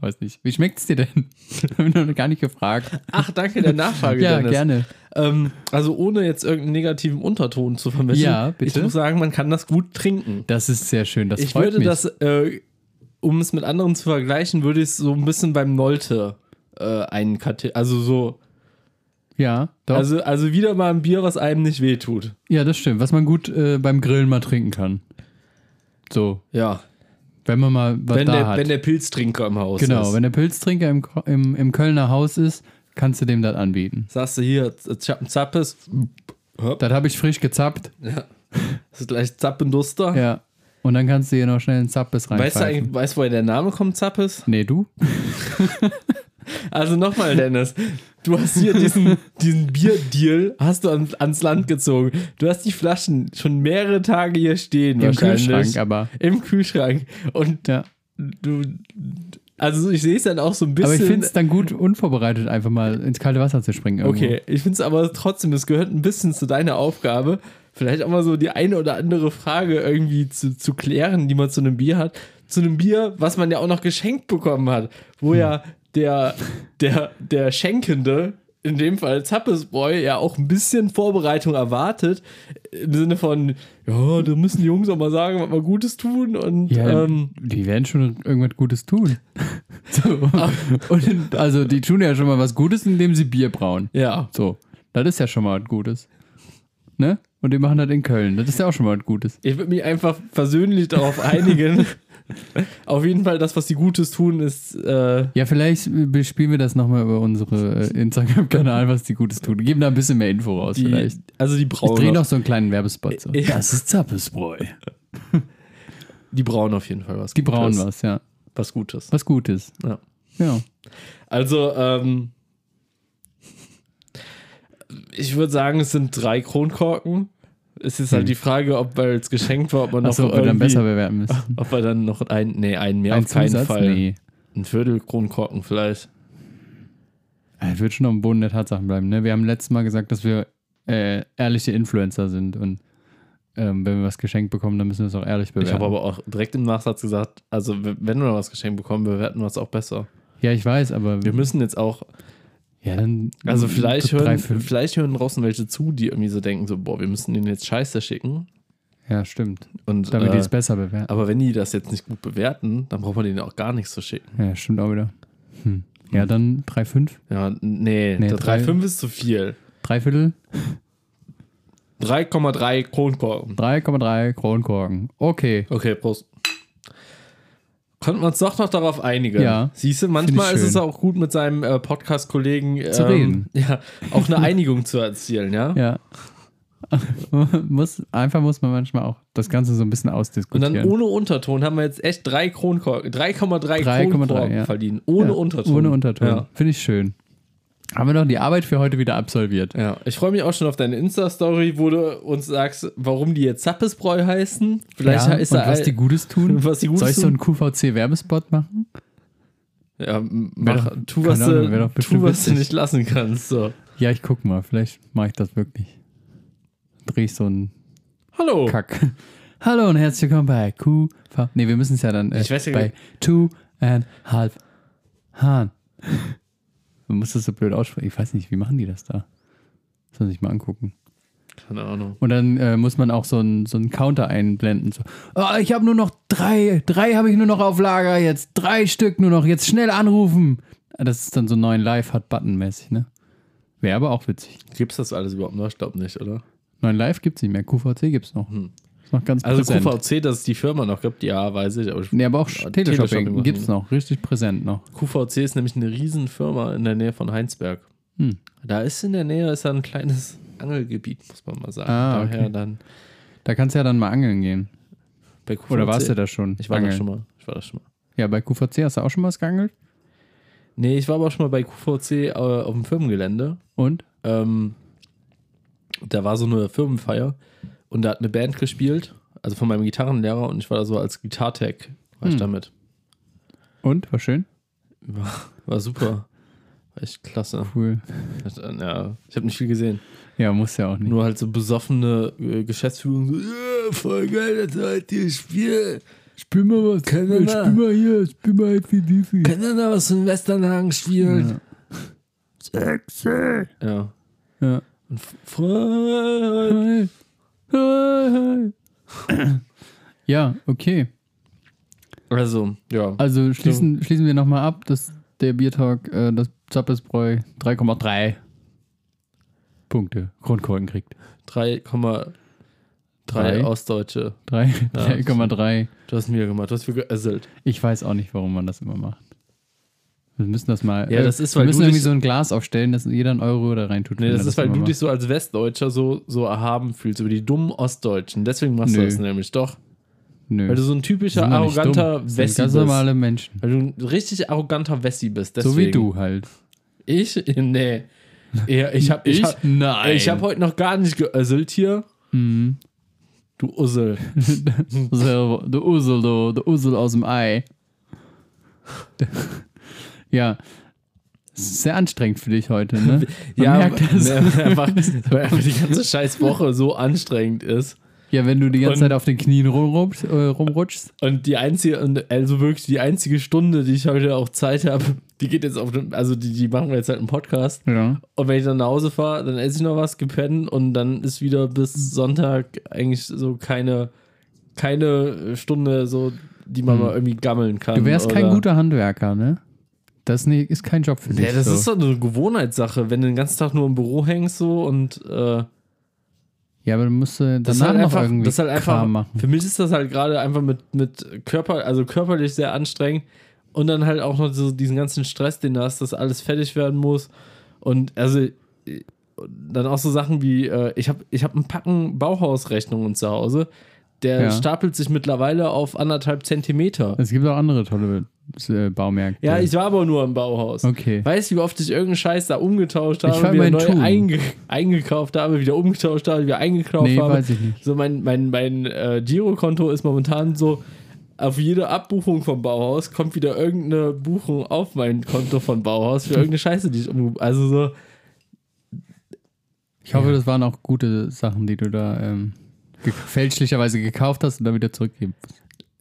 [SPEAKER 2] Weiß nicht. Wie schmeckt's dir denn? Haben wir noch gar nicht gefragt.
[SPEAKER 3] Ach, danke der Nachfrage,
[SPEAKER 2] ja,
[SPEAKER 3] Dennis.
[SPEAKER 2] gerne.
[SPEAKER 3] Ähm, also ohne jetzt irgendeinen negativen Unterton zu vermitteln.
[SPEAKER 2] Ja, bitte.
[SPEAKER 3] Ich muss sagen, man kann das gut trinken.
[SPEAKER 2] Das ist sehr schön. Das
[SPEAKER 3] ich
[SPEAKER 2] freut
[SPEAKER 3] würde
[SPEAKER 2] mich.
[SPEAKER 3] das, äh, um es mit anderen zu vergleichen, würde ich es so ein bisschen beim Nolte äh, einen Kate also so,
[SPEAKER 2] ja, doch.
[SPEAKER 3] also, also wieder mal ein Bier, was einem nicht wehtut.
[SPEAKER 2] ja, das stimmt. Was man gut äh, beim Grillen mal trinken kann. So,
[SPEAKER 3] Ja,
[SPEAKER 2] wenn man mal was
[SPEAKER 3] wenn
[SPEAKER 2] da
[SPEAKER 3] der,
[SPEAKER 2] hat.
[SPEAKER 3] wenn der Pilztrinker im Haus ist.
[SPEAKER 2] genau, wenn der Pilztrinker im, Ko- im, im Kölner Haus ist, kannst du dem das anbieten.
[SPEAKER 3] Sagst du hier, äh, Z- Zappen Zappes,
[SPEAKER 2] Das habe ich frisch gezappt.
[SPEAKER 3] das ist gleich Zappenduster.
[SPEAKER 2] Ja. Und dann kannst du hier noch schnell einen Zappes rein.
[SPEAKER 3] Weißt du eigentlich, weißt du, woher der Name kommt, Zappes?
[SPEAKER 2] Nee, du?
[SPEAKER 3] Also nochmal, Dennis. Du hast hier diesen, diesen Bierdeal hast du an, ans Land gezogen. Du hast die Flaschen schon mehrere Tage hier stehen
[SPEAKER 2] Im
[SPEAKER 3] wahrscheinlich.
[SPEAKER 2] Kühlschrank, aber.
[SPEAKER 3] Im Kühlschrank. Und
[SPEAKER 2] Ja.
[SPEAKER 3] du... Also ich sehe es dann auch so ein bisschen...
[SPEAKER 2] Aber ich finde es dann gut, unvorbereitet einfach mal ins kalte Wasser zu springen. Irgendwo.
[SPEAKER 3] Okay, ich finde es aber trotzdem, es gehört ein bisschen zu deiner Aufgabe, vielleicht auch mal so die eine oder andere Frage irgendwie zu, zu klären, die man zu einem Bier hat. Zu einem Bier, was man ja auch noch geschenkt bekommen hat, wo ja der, der, der Schenkende, in dem Fall Zappesbräu, ja auch ein bisschen Vorbereitung erwartet. Im Sinne von, ja, da müssen die Jungs auch mal sagen, was wir Gutes tun und
[SPEAKER 2] Ja,
[SPEAKER 3] ähm,
[SPEAKER 2] die werden schon irgendwas Gutes tun. so.
[SPEAKER 3] Ah,
[SPEAKER 2] Und in, also, die tun ja schon mal was Gutes, indem sie Bier brauen.
[SPEAKER 3] ja.
[SPEAKER 2] So. Das ist ja schon mal was Gutes. Ne? Und die machen das in Köln. Das ist ja auch schon mal was Gutes.
[SPEAKER 3] Ich würde mich einfach versöhnlich darauf einigen. Auf jeden Fall, das, was die Gutes tun, ist. Äh,
[SPEAKER 2] Ja, vielleicht äh, bespielen wir das nochmal über unsere äh, Instagram-Kanal, was die Gutes tun. Geben da ein bisschen mehr Info raus,
[SPEAKER 3] die,
[SPEAKER 2] vielleicht.
[SPEAKER 3] Also die
[SPEAKER 2] Ich
[SPEAKER 3] brauen.
[SPEAKER 2] drehe noch
[SPEAKER 3] auf,
[SPEAKER 2] so einen kleinen Werbespot. So.
[SPEAKER 3] Ja.
[SPEAKER 2] Das ist Zappesbräu.
[SPEAKER 3] die brauen auf jeden Fall was.
[SPEAKER 2] Die brauen
[SPEAKER 3] Gutes.
[SPEAKER 2] was, ja.
[SPEAKER 3] Was Gutes.
[SPEAKER 2] Was Gutes.
[SPEAKER 3] Ja.
[SPEAKER 2] Ja.
[SPEAKER 3] Also, ähm. Ich würde sagen, es sind drei Kronkorken. Es ist halt die Frage, ob weil es geschenkt war, ob man noch
[SPEAKER 2] Achso, äh,
[SPEAKER 3] irgendwie-
[SPEAKER 2] Hm. dann besser bewerten müssen.
[SPEAKER 3] ob wir dann noch einen, nee, einen mehr
[SPEAKER 2] Ein
[SPEAKER 3] auf keinen
[SPEAKER 2] Zusatz?
[SPEAKER 3] Fall.
[SPEAKER 2] Nee.
[SPEAKER 3] Ein Viertel Kronkorken vielleicht.
[SPEAKER 2] Äh, Ich würde schon am Boden der Tatsachen bleiben. Ne? Wir haben letztes Mal gesagt, dass wir äh, ehrliche Influencer sind. Und ähm, wenn wir was geschenkt bekommen, dann müssen wir es auch ehrlich bewerten.
[SPEAKER 3] Ich habe aber auch direkt im Nachsatz gesagt, also w- wenn wir was geschenkt bekommen, bewerten wir es auch besser.
[SPEAKER 2] ja, ich weiß, aber
[SPEAKER 3] Wir müssen jetzt auch,
[SPEAKER 2] ja, dann,
[SPEAKER 3] also vielleicht
[SPEAKER 2] Mm, drei,
[SPEAKER 3] hören,
[SPEAKER 2] fünf.
[SPEAKER 3] vielleicht hören draußen welche zu, die irgendwie so denken, so, boah, wir müssen denen jetzt Scheiße schicken.
[SPEAKER 2] Ja, stimmt.
[SPEAKER 3] Und,
[SPEAKER 2] Damit die es
[SPEAKER 3] äh,
[SPEAKER 2] besser bewerten.
[SPEAKER 3] aber wenn die das jetzt nicht gut bewerten, dann braucht man denen auch gar nichts zu schicken.
[SPEAKER 2] Ja, stimmt auch wieder. Hm. Ja, dann drei, fünf,
[SPEAKER 3] Ja, nee,
[SPEAKER 2] Nee,
[SPEAKER 3] der
[SPEAKER 2] drei-
[SPEAKER 3] 3,5 ist zu viel.
[SPEAKER 2] drei Viertel,
[SPEAKER 3] 3,3 Kronkorken.
[SPEAKER 2] 3,3 Kronkorken. Okay.
[SPEAKER 3] Okay, Prost. Konnten wir uns doch noch darauf einigen.
[SPEAKER 2] Ja.
[SPEAKER 3] Siehst du, manchmal
[SPEAKER 2] Find ich
[SPEAKER 3] ist es
[SPEAKER 2] schön.
[SPEAKER 3] auch gut, mit seinem äh, Podcast-Kollegen ähm,
[SPEAKER 2] Zu reden.
[SPEAKER 3] Ja, auch eine Einigung zu erzielen, ja?
[SPEAKER 2] Ja. muss, einfach muss man manchmal auch das Ganze so ein bisschen
[SPEAKER 3] Und
[SPEAKER 2] ausdiskutieren.
[SPEAKER 3] dann ohne Unterton haben wir jetzt echt drei Kronkorken, 3,3
[SPEAKER 2] 3,3,
[SPEAKER 3] Kronkorken
[SPEAKER 2] ja.
[SPEAKER 3] verliehen. Ohne
[SPEAKER 2] Ja,
[SPEAKER 3] Unterton.
[SPEAKER 2] Ohne Unterton.
[SPEAKER 3] Ja.
[SPEAKER 2] Finde ich schön. Haben wir doch die Arbeit für heute wieder absolviert.
[SPEAKER 3] ja. Ich freue mich auch schon auf deine Insta-Story, wo du uns sagst, warum die jetzt Zappesbräu heißen. Vielleicht
[SPEAKER 2] Ja,
[SPEAKER 3] ist
[SPEAKER 2] und
[SPEAKER 3] da
[SPEAKER 2] was
[SPEAKER 3] ein-
[SPEAKER 2] die Gutes tun.
[SPEAKER 3] was die Gutes
[SPEAKER 2] Soll ich so
[SPEAKER 3] tun?
[SPEAKER 2] einen QVC-Werbespot machen?
[SPEAKER 3] Ja, m-
[SPEAKER 2] Wär
[SPEAKER 3] mach,
[SPEAKER 2] doch-
[SPEAKER 3] tu, was,
[SPEAKER 2] keine Ahnung, wär
[SPEAKER 3] du,
[SPEAKER 2] doch
[SPEAKER 3] tu,
[SPEAKER 2] bestimmt
[SPEAKER 3] was du
[SPEAKER 2] witzig.
[SPEAKER 3] nicht lassen kannst. So.
[SPEAKER 2] Ja, ich guck mal. Vielleicht mache ich das wirklich. Dreh ich so einen
[SPEAKER 3] Hallo.
[SPEAKER 2] Kack. Hallo und herzlich willkommen bei QV. Ne, wir müssen es ja dann äh,
[SPEAKER 3] Ich weiß ja gar
[SPEAKER 2] bei Two and Half Hahn. Man muss das so blöd aussprechen. Ich weiß nicht, wie machen die das da? Soll ich mal angucken.
[SPEAKER 3] Keine Ahnung.
[SPEAKER 2] Und dann äh, muss man auch so einen so einen Counter einblenden. So, oh, ich habe nur noch drei, drei habe ich nur noch auf Lager jetzt. Drei Stück nur noch. Jetzt schnell anrufen. Ah, Das ist dann so einen neuen Live-Hot-Button-mäßig, ne? Wäre aber auch witzig.
[SPEAKER 3] Gibt's das alles überhaupt noch? Ich glaube nicht, oder?
[SPEAKER 2] Neuen Live gibt's nicht mehr. QVC gibt's noch. Ist noch ganz
[SPEAKER 3] Hm. Also
[SPEAKER 2] präsent.
[SPEAKER 3] QVC, dass es die Firma noch gibt, ja, weiß ich. Aber ich,
[SPEAKER 2] Nee, aber auch
[SPEAKER 3] Ja,
[SPEAKER 2] Teleshopping,
[SPEAKER 3] Teleshopping machen
[SPEAKER 2] gibt's
[SPEAKER 3] die.
[SPEAKER 2] noch, richtig präsent noch.
[SPEAKER 3] QVC ist nämlich eine Riesenfirma in der Nähe von Heinsberg.
[SPEAKER 2] Hm.
[SPEAKER 3] Da ist in der Nähe ist ja ein kleines Angelgebiet, muss man mal sagen.
[SPEAKER 2] Ah,
[SPEAKER 3] Daher
[SPEAKER 2] okay.
[SPEAKER 3] dann
[SPEAKER 2] Da kannst du ja dann mal angeln gehen.
[SPEAKER 3] bei QVC.
[SPEAKER 2] Oder warst du da schon?
[SPEAKER 3] Ich war
[SPEAKER 2] angeln?
[SPEAKER 3] da schon mal. Ich war da schon mal.
[SPEAKER 2] Ja, bei QVC hast du auch schon mal was geangelt?
[SPEAKER 3] Nee, ich war aber auch schon mal bei QVC äh, auf dem Firmengelände.
[SPEAKER 2] Und?
[SPEAKER 3] Ähm, da war so eine Firmenfeier und da hat eine Band gespielt, also von meinem Gitarrenlehrer und ich war da so als Gitartech, war ich
[SPEAKER 2] Hm.
[SPEAKER 3] damit.
[SPEAKER 2] Und? War schön?
[SPEAKER 3] War, war super. War echt klasse.
[SPEAKER 2] Cool.
[SPEAKER 3] Ja, ich habe nicht viel gesehen.
[SPEAKER 2] Ja, muss ja auch nicht.
[SPEAKER 3] Nur halt so besoffene äh, Geschäftsführung. So, "Ja, voll geil, das heutige Spiel.
[SPEAKER 2] Spiel mal was.
[SPEAKER 3] Können wir mal-
[SPEAKER 2] mal hier. Spiel mal ACDC.
[SPEAKER 3] Können wir da was von Westernhagen spielen? Ja. ja.
[SPEAKER 2] Ja.
[SPEAKER 3] Und f- voll-
[SPEAKER 2] Hi. Hi. Ja, okay.
[SPEAKER 3] Also, ja.
[SPEAKER 2] Also schließen, schließen wir nochmal ab, dass der Biertalk äh, das Zappesbräu 3,3 Punkte Grundkorken kriegt.
[SPEAKER 3] 3,3
[SPEAKER 2] Drei?
[SPEAKER 3] Ostdeutsche.
[SPEAKER 2] Drei- 3,3
[SPEAKER 3] Du hast mir gemacht, du hast mir also, geösselt.
[SPEAKER 2] Ich weiß auch nicht, warum man das immer macht. Wir müssen das mal. äh,
[SPEAKER 3] Ja, das ist, weil
[SPEAKER 2] wir müssen
[SPEAKER 3] du
[SPEAKER 2] irgendwie
[SPEAKER 3] dich-
[SPEAKER 2] so ein Glas aufstellen, dass jeder einen Euro da reintut.
[SPEAKER 3] Nee,
[SPEAKER 2] wenn
[SPEAKER 3] das
[SPEAKER 2] er
[SPEAKER 3] ist, weil
[SPEAKER 2] immer
[SPEAKER 3] du
[SPEAKER 2] macht.
[SPEAKER 3] dich so als Westdeutscher so, so erhaben fühlst, über die dummen Ostdeutschen. Deswegen machst du
[SPEAKER 2] Nö.
[SPEAKER 3] das nämlich doch.
[SPEAKER 2] Nö.
[SPEAKER 3] Weil du so ein typischer,
[SPEAKER 2] sind doch nicht
[SPEAKER 3] arroganter
[SPEAKER 2] dumm. Das sind
[SPEAKER 3] Wessi
[SPEAKER 2] Ganz
[SPEAKER 3] bist.
[SPEAKER 2] normale Menschen.
[SPEAKER 3] Weil du ein richtig arroganter Wessi bist. Deswegen.
[SPEAKER 2] So wie du halt.
[SPEAKER 3] Ich? Nee. Eher, ich habe ich, hab,
[SPEAKER 2] Nein. Mhm.
[SPEAKER 3] ich hab heute noch gar nicht geösselt hier. Du Ussel.
[SPEAKER 2] So, der Usel, du, der Usel aus dem Ei. ja. Sehr anstrengend für dich heute, ne? Man merkt das.
[SPEAKER 3] ne, einfach, weil einfach die ganze scheiß Woche so anstrengend ist.
[SPEAKER 2] Ja, wenn du die ganze
[SPEAKER 3] Und-
[SPEAKER 2] Zeit auf den Knien rumrutschst, äh, rumrutschst
[SPEAKER 3] Und die einzige, und also wirklich die einzige Stunde, die ich heute auch Zeit habe, die geht jetzt auf den, also die, die machen wir jetzt halt einen Podcast.
[SPEAKER 2] ja.
[SPEAKER 3] Und wenn ich dann nach Hause fahre, dann esse ich noch was, gepennt und dann ist wieder bis Sonntag eigentlich so keine, keine Stunde so, die man mal irgendwie gammeln kann.
[SPEAKER 2] Hm. Du wärst kein
[SPEAKER 3] oder-
[SPEAKER 2] guter Handwerker, ne? Das ni- ist kein Job für dich.
[SPEAKER 3] Ja, das
[SPEAKER 2] so.
[SPEAKER 3] ist so eine Gewohnheitssache, wenn du den ganzen Tag nur im Büro hängst so und äh,
[SPEAKER 2] Ja, aber du musst äh, danach
[SPEAKER 3] das ist halt
[SPEAKER 2] noch
[SPEAKER 3] einfach,
[SPEAKER 2] irgendwie
[SPEAKER 3] das ist halt einfach
[SPEAKER 2] Kram machen.
[SPEAKER 3] für mich ist das halt gerade einfach mit, mit Körper, also körperlich sehr anstrengend und dann halt auch noch so diesen ganzen Stress, den du hast, dass alles fertig werden muss und also äh, dann auch so Sachen wie, äh, ich habe ich hab einen Packen Bauhausrechnungen zu Hause, der
[SPEAKER 2] Ja.
[SPEAKER 3] stapelt sich mittlerweile auf anderthalb Zentimeter.
[SPEAKER 2] Es gibt auch andere tolle äh, Baumärkte.
[SPEAKER 3] Ja, ich war aber nur im Bauhaus.
[SPEAKER 2] Okay.
[SPEAKER 3] Weißt du, wie oft ich irgendeinen Scheiß da umgetauscht habe,
[SPEAKER 2] Ich war
[SPEAKER 3] wieder
[SPEAKER 2] mein
[SPEAKER 3] neu
[SPEAKER 2] Tun.
[SPEAKER 3] einge eingekauft habe, wieder umgetauscht habe, wieder eingekauft
[SPEAKER 2] Nee,
[SPEAKER 3] habe?
[SPEAKER 2] weiß ich nicht.
[SPEAKER 3] So mein, mein, mein äh, Girokonto ist momentan so, auf jede Abbuchung vom Bauhaus kommt wieder irgendeine Buchung um-, auf mein Konto von Bauhaus für irgendeine Scheiße, die ich umge... Also so...
[SPEAKER 2] Ich hoffe, das waren auch gute Sachen, die du da ähm, ge fälschlicherweise gekauft hast und dann wieder zurückgeben.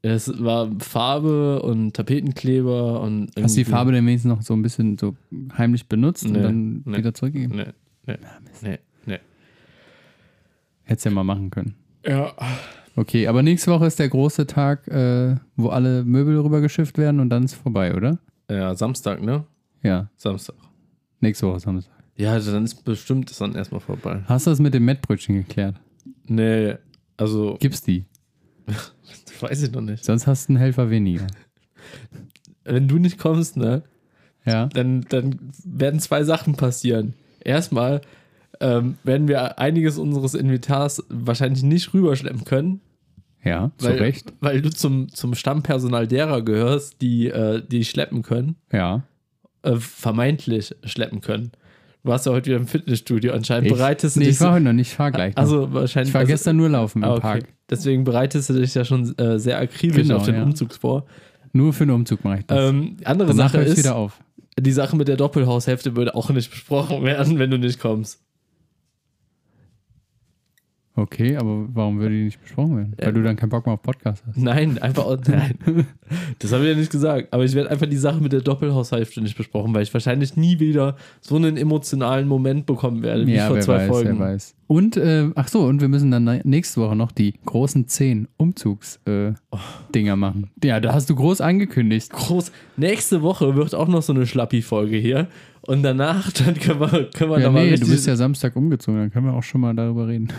[SPEAKER 3] Es war Farbe und Tapetenkleber und.
[SPEAKER 2] Hast du die
[SPEAKER 3] irgendwie-
[SPEAKER 2] Farbe denn wenigstens noch so ein bisschen so heimlich benutzt und
[SPEAKER 3] Mhm. Nee,
[SPEAKER 2] dann
[SPEAKER 3] nee.
[SPEAKER 2] wieder zurückgegeben?
[SPEAKER 3] Nee, nee, nee, nee.
[SPEAKER 2] Hättest ja mal machen können.
[SPEAKER 3] Ja.
[SPEAKER 2] Okay, aber nächste Woche ist der große Tag, äh, wo alle Möbel rübergeschifft werden und dann ist vorbei, oder?
[SPEAKER 3] Ja, Samstag, ne?
[SPEAKER 2] Ja,
[SPEAKER 3] Samstag.
[SPEAKER 2] nächste Woche Samstag.
[SPEAKER 3] Ja, also dann ist bestimmt das dann erstmal vorbei.
[SPEAKER 2] Hast du das mit dem Mettbrötchen geklärt?
[SPEAKER 3] Nee, also,
[SPEAKER 2] Gib's die.
[SPEAKER 3] weiß ich noch nicht.
[SPEAKER 2] Sonst hast du einen Helfer weniger.
[SPEAKER 3] Wenn du nicht kommst, ne?
[SPEAKER 2] Ja.
[SPEAKER 3] dann, dann werden zwei Sachen passieren. Erstmal ähm, werden wir einiges unseres Inventars wahrscheinlich nicht rüberschleppen können,
[SPEAKER 2] Ja, zu
[SPEAKER 3] weil,
[SPEAKER 2] Recht.
[SPEAKER 3] weil du zum, zum Stammpersonal derer gehörst, die, äh, die schleppen können,
[SPEAKER 2] Ja.
[SPEAKER 3] äh, vermeintlich schleppen können. Du warst ja heute wieder im Fitnessstudio, anscheinend bereitest du
[SPEAKER 2] nee,
[SPEAKER 3] dich.
[SPEAKER 2] ich war heute noch nicht, ich fahr gleich. noch.
[SPEAKER 3] also wahrscheinlich.
[SPEAKER 2] ich war
[SPEAKER 3] also,
[SPEAKER 2] gestern nur laufen im
[SPEAKER 3] ah, okay.
[SPEAKER 2] Park.
[SPEAKER 3] Deswegen bereitest du dich ja schon äh, sehr akribisch
[SPEAKER 2] Genau,
[SPEAKER 3] auf den
[SPEAKER 2] ja.
[SPEAKER 3] Umzug vor.
[SPEAKER 2] Nur für den Umzug mache ich das.
[SPEAKER 3] Ähm, andere
[SPEAKER 2] Danach
[SPEAKER 3] Sache
[SPEAKER 2] höre ich
[SPEAKER 3] ist,
[SPEAKER 2] wieder auf.
[SPEAKER 3] die Sache mit der Doppelhaushälfte würde auch nicht besprochen werden, wenn du nicht kommst.
[SPEAKER 2] Okay, aber warum würde die nicht besprochen werden? Weil du dann keinen Bock mehr auf Podcast hast.
[SPEAKER 3] Nein, einfach. aus- Nein. Das habe ich ja nicht gesagt. Aber ich werde einfach die Sache mit der Doppelhaushälfte nicht besprochen, weil ich wahrscheinlich nie wieder so einen emotionalen Moment bekommen werde, wie vor zwei
[SPEAKER 2] weiß,
[SPEAKER 3] Folgen.
[SPEAKER 2] wer weiß. Und, äh, ach so, und wir müssen dann ne- nächste Woche noch die großen 10 Umzugs-Dinger
[SPEAKER 3] Oh.
[SPEAKER 2] machen. Ja, da hast du groß angekündigt.
[SPEAKER 3] Groß. Nächste Woche wird auch noch so eine Schlappi-Folge hier. Und danach, dann können wir, können wir
[SPEAKER 2] Ja,
[SPEAKER 3] da mal
[SPEAKER 2] nee,
[SPEAKER 3] richtig.
[SPEAKER 2] du bist ja Samstag umgezogen, dann können wir auch schon mal darüber reden.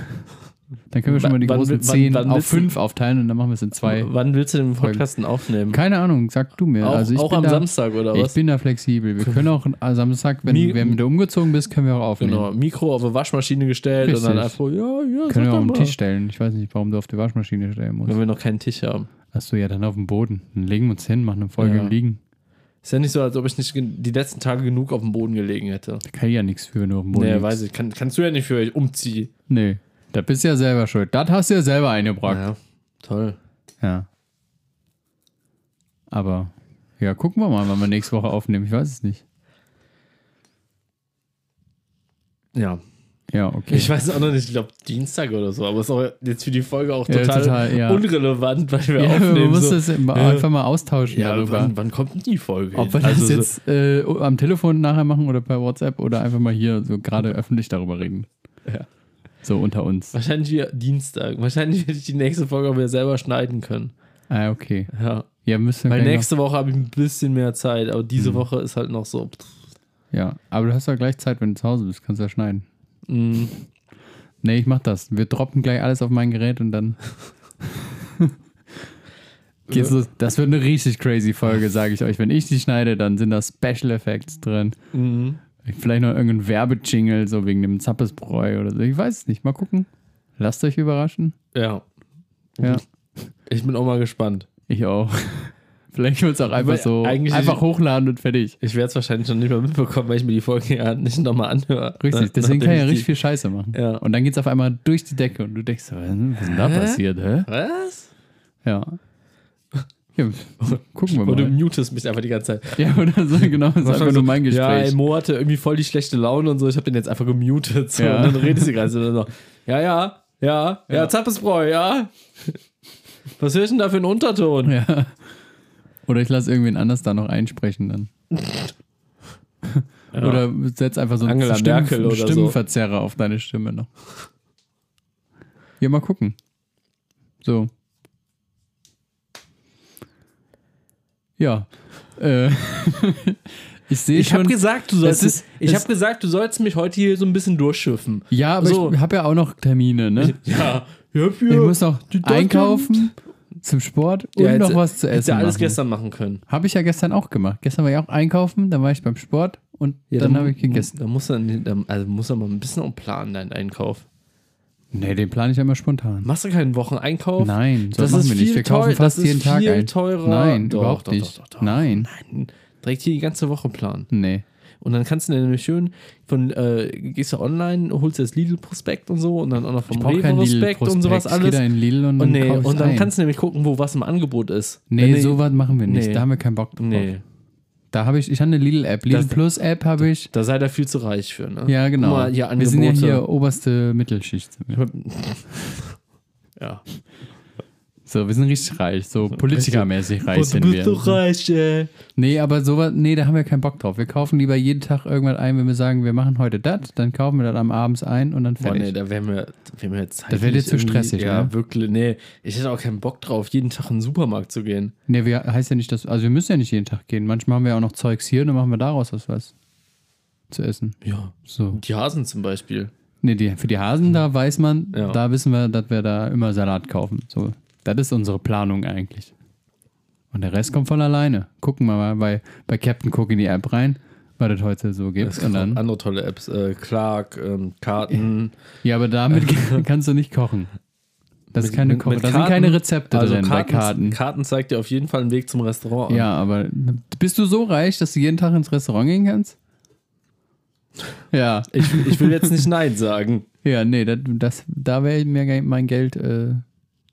[SPEAKER 2] Dann können wir schon mal die
[SPEAKER 3] Wann-
[SPEAKER 2] großen
[SPEAKER 3] wann-
[SPEAKER 2] 10
[SPEAKER 3] wann
[SPEAKER 2] auf
[SPEAKER 3] willst du-
[SPEAKER 2] 5 aufteilen und dann machen wir es in zwei.
[SPEAKER 3] wann willst du den Podcast denn aufnehmen?
[SPEAKER 2] Keine Ahnung, sag du mir.
[SPEAKER 3] auch
[SPEAKER 2] also ich
[SPEAKER 3] auch
[SPEAKER 2] bin
[SPEAKER 3] am
[SPEAKER 2] da,
[SPEAKER 3] Samstag oder
[SPEAKER 2] Ich
[SPEAKER 3] was?
[SPEAKER 2] bin da flexibel. Wir können auch am Samstag, wenn,
[SPEAKER 3] Mi-
[SPEAKER 2] wenn du umgezogen bist, können wir auch aufnehmen.
[SPEAKER 3] Genau, Mikro auf eine Waschmaschine gestellt und dann
[SPEAKER 2] Richtig.
[SPEAKER 3] einfach, ja, ja, sag
[SPEAKER 2] Können wir auf
[SPEAKER 3] doch
[SPEAKER 2] den
[SPEAKER 3] mal.
[SPEAKER 2] Tisch stellen. Ich weiß nicht, warum du auf die Waschmaschine stellen
[SPEAKER 3] Wenn
[SPEAKER 2] musst.
[SPEAKER 3] wir noch keinen Tisch haben.
[SPEAKER 2] Achso, ja, dann auf dem Boden. Dann legen wir uns hin, machen eine Folge
[SPEAKER 3] Ja.
[SPEAKER 2] im Liegen.
[SPEAKER 3] Ist ja nicht so, als ob ich nicht gen- die letzten Tage genug auf dem Boden gelegen hätte.
[SPEAKER 2] Da kann ich ja nichts für, wenn du auf dem Boden
[SPEAKER 3] Nee,
[SPEAKER 2] liegst.
[SPEAKER 3] weiß ich. Kann, kannst du ja nicht für euch umziehen.
[SPEAKER 2] Nee, da bist du ja selber schuld. Das hast du ja selber eingebracht.
[SPEAKER 3] toll.
[SPEAKER 2] Ja. Aber, ja, gucken wir mal, wann wir nächste Woche aufnehmen. Ich weiß es nicht.
[SPEAKER 3] Ja.
[SPEAKER 2] Ja, okay.
[SPEAKER 3] Ich weiß auch noch nicht, ich glaube Dienstag oder so, aber ist auch jetzt für die Folge auch
[SPEAKER 2] Ja,
[SPEAKER 3] total,
[SPEAKER 2] total, ja.
[SPEAKER 3] unrelevant, weil wir
[SPEAKER 2] ja, man
[SPEAKER 3] aufnehmen.
[SPEAKER 2] muss
[SPEAKER 3] So.
[SPEAKER 2] das immer einfach mal austauschen
[SPEAKER 3] Ja,
[SPEAKER 2] darüber.
[SPEAKER 3] wann, wann kommt denn die Folge?
[SPEAKER 2] Ob wir
[SPEAKER 3] hin?
[SPEAKER 2] das
[SPEAKER 3] Also so-
[SPEAKER 2] jetzt äh, am Telefon nachher machen oder per WhatsApp oder einfach mal hier so gerade öffentlich darüber reden.
[SPEAKER 3] Ja.
[SPEAKER 2] So unter uns.
[SPEAKER 3] wahrscheinlich wieder Dienstag. Wahrscheinlich werde ich die nächste Folge auch wieder selber schneiden können.
[SPEAKER 2] Ah, okay.
[SPEAKER 3] Ja.
[SPEAKER 2] Ja, genau. müssen wir
[SPEAKER 3] Weil
[SPEAKER 2] gleich
[SPEAKER 3] nächste Woche habe ich ein bisschen mehr Zeit, aber diese
[SPEAKER 2] Mhm.
[SPEAKER 3] Woche ist halt noch so.
[SPEAKER 2] Noch, ja, aber du hast ja gleich Zeit, wenn du zu Hause bist, kannst ja schneiden.
[SPEAKER 3] mm,
[SPEAKER 2] Nee, ich mach das. Wir droppen gleich alles auf mein Gerät und dann geht's los. Das wird eine richtig crazy Folge, sage ich euch. Wenn ich die schneide, dann sind da Special Effects drin. Mhm.
[SPEAKER 3] mm.
[SPEAKER 2] Vielleicht noch irgendein Werbejingle, so wegen dem Zappesbräu oder so. Ich weiß es nicht. Mal gucken. Lasst euch überraschen.
[SPEAKER 3] Ja.
[SPEAKER 2] Ja.
[SPEAKER 3] Ich bin auch mal gespannt.
[SPEAKER 2] Ich auch. Vielleicht wird es auch einfach
[SPEAKER 3] Aber
[SPEAKER 2] so
[SPEAKER 3] eigentlich-
[SPEAKER 2] einfach hochladen und fertig.
[SPEAKER 3] Ich werde es wahrscheinlich schon nicht mehr mitbekommen, weil ich mir die Folge ja nicht nochmal anhöre.
[SPEAKER 2] Richtig,
[SPEAKER 3] Na-
[SPEAKER 2] deswegen kann ich ja
[SPEAKER 3] nachdem
[SPEAKER 2] richtig
[SPEAKER 3] ich
[SPEAKER 2] viel Scheiße machen.
[SPEAKER 3] Ja.
[SPEAKER 2] Und dann geht's auf einmal durch die Decke und du denkst, so, hm, was ist denn da
[SPEAKER 3] Hä?
[SPEAKER 2] passiert, hä?
[SPEAKER 3] die- Was?
[SPEAKER 2] Ja. ja gucken wir
[SPEAKER 3] Und du
[SPEAKER 2] mal.
[SPEAKER 3] mutest mich einfach die ganze Zeit.
[SPEAKER 2] Ja, oder so, genau, das ist
[SPEAKER 3] War schon
[SPEAKER 2] einfach
[SPEAKER 3] so,
[SPEAKER 2] nur mein
[SPEAKER 3] Ja, ey,
[SPEAKER 2] Gespräch.
[SPEAKER 3] Mo hatte irgendwie voll die schlechte Laune und so. Ich habe den jetzt einfach gemutet. So.
[SPEAKER 2] Ja.
[SPEAKER 3] Und dann redest du gerade so. dann noch, Ja, ja, ja, ja, Zappesbräu, ja. Was hörst du denn da für einen Unterton?
[SPEAKER 2] Ja, Oder ich lasse irgendwen anders da noch einsprechen dann. Oder setz einfach so einen
[SPEAKER 3] Angela Merkel oder so.
[SPEAKER 2] Stimmenverzerrer auf deine Stimme noch. Ja, mal gucken. So. Ja. Äh, ich sehe
[SPEAKER 3] Ich
[SPEAKER 2] schon.
[SPEAKER 3] habe gesagt, du
[SPEAKER 2] sollst-
[SPEAKER 3] sollst es, ich
[SPEAKER 2] es-
[SPEAKER 3] hab gesagt, du sollst mich heute hier so ein bisschen durchschiffen.
[SPEAKER 2] ja, aber
[SPEAKER 3] so.
[SPEAKER 2] ich habe ja auch noch Termine, ne?
[SPEAKER 3] Ja, ja, für,
[SPEAKER 2] Ich muss noch
[SPEAKER 3] Die Deutschen-
[SPEAKER 2] einkaufen, zum Sport und
[SPEAKER 3] hätte-
[SPEAKER 2] noch was zu
[SPEAKER 3] hätte
[SPEAKER 2] essen.
[SPEAKER 3] ja alles
[SPEAKER 2] machen.
[SPEAKER 3] gestern machen können.
[SPEAKER 2] Habe ich ja gestern auch gemacht. Gestern war ich auch einkaufen, dann war ich beim Sport und dann habe ich gegessen.
[SPEAKER 3] Da muss er, da, also muss er mal ein bisschen auch planen, deinen Einkauf.
[SPEAKER 2] Nee, den plane ich ja immer spontan.
[SPEAKER 3] Machst du keinen Wocheneinkauf?
[SPEAKER 2] Nein,
[SPEAKER 3] das
[SPEAKER 2] das, machen
[SPEAKER 3] ist
[SPEAKER 2] wir nicht.
[SPEAKER 3] viel
[SPEAKER 2] Wir kaufen
[SPEAKER 3] teuer-
[SPEAKER 2] fast
[SPEAKER 3] das ist
[SPEAKER 2] jeden Tag
[SPEAKER 3] viel
[SPEAKER 2] ein.
[SPEAKER 3] teurer.
[SPEAKER 2] Nein,
[SPEAKER 3] Doch,
[SPEAKER 2] überhaupt
[SPEAKER 3] doch,
[SPEAKER 2] nicht.
[SPEAKER 3] doch, doch, doch.
[SPEAKER 2] Nein,
[SPEAKER 3] Direkt hier die ganze Woche planen.
[SPEAKER 2] nee.
[SPEAKER 3] Und dann kannst du dir nämlich schön von, äh, gehst du online, holst dir das Lidl-Prospekt und so und dann auch noch vom
[SPEAKER 2] Ich brauche keinen Lidl
[SPEAKER 3] Rewe-Prospekt und sowas
[SPEAKER 2] Ich gehe da
[SPEAKER 3] alles.
[SPEAKER 2] in Lidl und,
[SPEAKER 3] Und, nee,
[SPEAKER 2] kauf ich's
[SPEAKER 3] und dann
[SPEAKER 2] ein.
[SPEAKER 3] kannst du nämlich gucken, wo was im Angebot ist.
[SPEAKER 2] Nee,
[SPEAKER 3] Wenn du-
[SPEAKER 2] sowas machen wir nicht.
[SPEAKER 3] Nee.
[SPEAKER 2] Da haben wir keinen Bock drauf.
[SPEAKER 3] Nee.
[SPEAKER 2] Da habe ich, ich habe eine Lidl-App. Lidl
[SPEAKER 3] Das-
[SPEAKER 2] Plus App habe ich.
[SPEAKER 3] Da seid ihr viel zu reich für, ne?
[SPEAKER 2] Ja, genau.
[SPEAKER 3] Guck Mal hier
[SPEAKER 2] Wir
[SPEAKER 3] Angebote.
[SPEAKER 2] sind ja hier oberste Mittelschicht.
[SPEAKER 3] Ja.
[SPEAKER 2] So, wir sind richtig reich. So politikermäßig reich
[SPEAKER 3] Boah,
[SPEAKER 2] sind wir.
[SPEAKER 3] reich, ey.
[SPEAKER 2] Nee, aber sowas, nee, da haben wir keinen Bock drauf. Wir kaufen lieber jeden Tag irgendwas ein, wenn wir sagen, wir machen heute das, dann kaufen wir das am Abends ein und dann
[SPEAKER 3] Boah,
[SPEAKER 2] fertig.
[SPEAKER 3] nee, da wären wir, da wären wir jetzt
[SPEAKER 2] Das wär dir
[SPEAKER 3] zeitlich
[SPEAKER 2] zu
[SPEAKER 3] irgendwie-
[SPEAKER 2] stressig,
[SPEAKER 3] Ja,
[SPEAKER 2] ne?
[SPEAKER 3] wirklich. Nee, ich hätte auch keinen Bock drauf, jeden Tag in den Supermarkt zu gehen.
[SPEAKER 2] Nee, wir, heißt ja nicht, dass. Also, wir müssen ja nicht jeden Tag gehen. Manchmal haben wir auch noch Zeugs hier und dann machen wir daraus was, was zu essen.
[SPEAKER 3] Ja.
[SPEAKER 2] So.
[SPEAKER 3] Die Hasen zum Beispiel.
[SPEAKER 2] Nee, die, für die Hasen, da weiß man,
[SPEAKER 3] Ja.
[SPEAKER 2] da wissen wir, dass wir da immer Salat kaufen. So. Das ist unsere Planung eigentlich. Und der Rest kommt von alleine. Gucken wir mal bei, bei Captain Cook in die App rein, was das heute so gibt.
[SPEAKER 3] Es
[SPEAKER 2] und
[SPEAKER 3] gibt auch
[SPEAKER 2] dann,
[SPEAKER 3] andere tolle Apps. Äh, Clark, ähm, Karten.
[SPEAKER 2] ja, aber damit kannst du nicht kochen. Das ist keine Koch. Da sind keine Rezepte
[SPEAKER 3] also
[SPEAKER 2] drin bei
[SPEAKER 3] Karten,
[SPEAKER 2] Karten.
[SPEAKER 3] Karten zeigt dir auf jeden Fall einen Weg zum Restaurant an.
[SPEAKER 2] Ja, aber bist du so reich, dass du jeden Tag ins Restaurant gehen kannst? Ja.
[SPEAKER 3] Ich, ich will jetzt nicht Nein sagen.
[SPEAKER 2] Ja, nee, das, das, da wäre mir ge- mein Geld. Äh,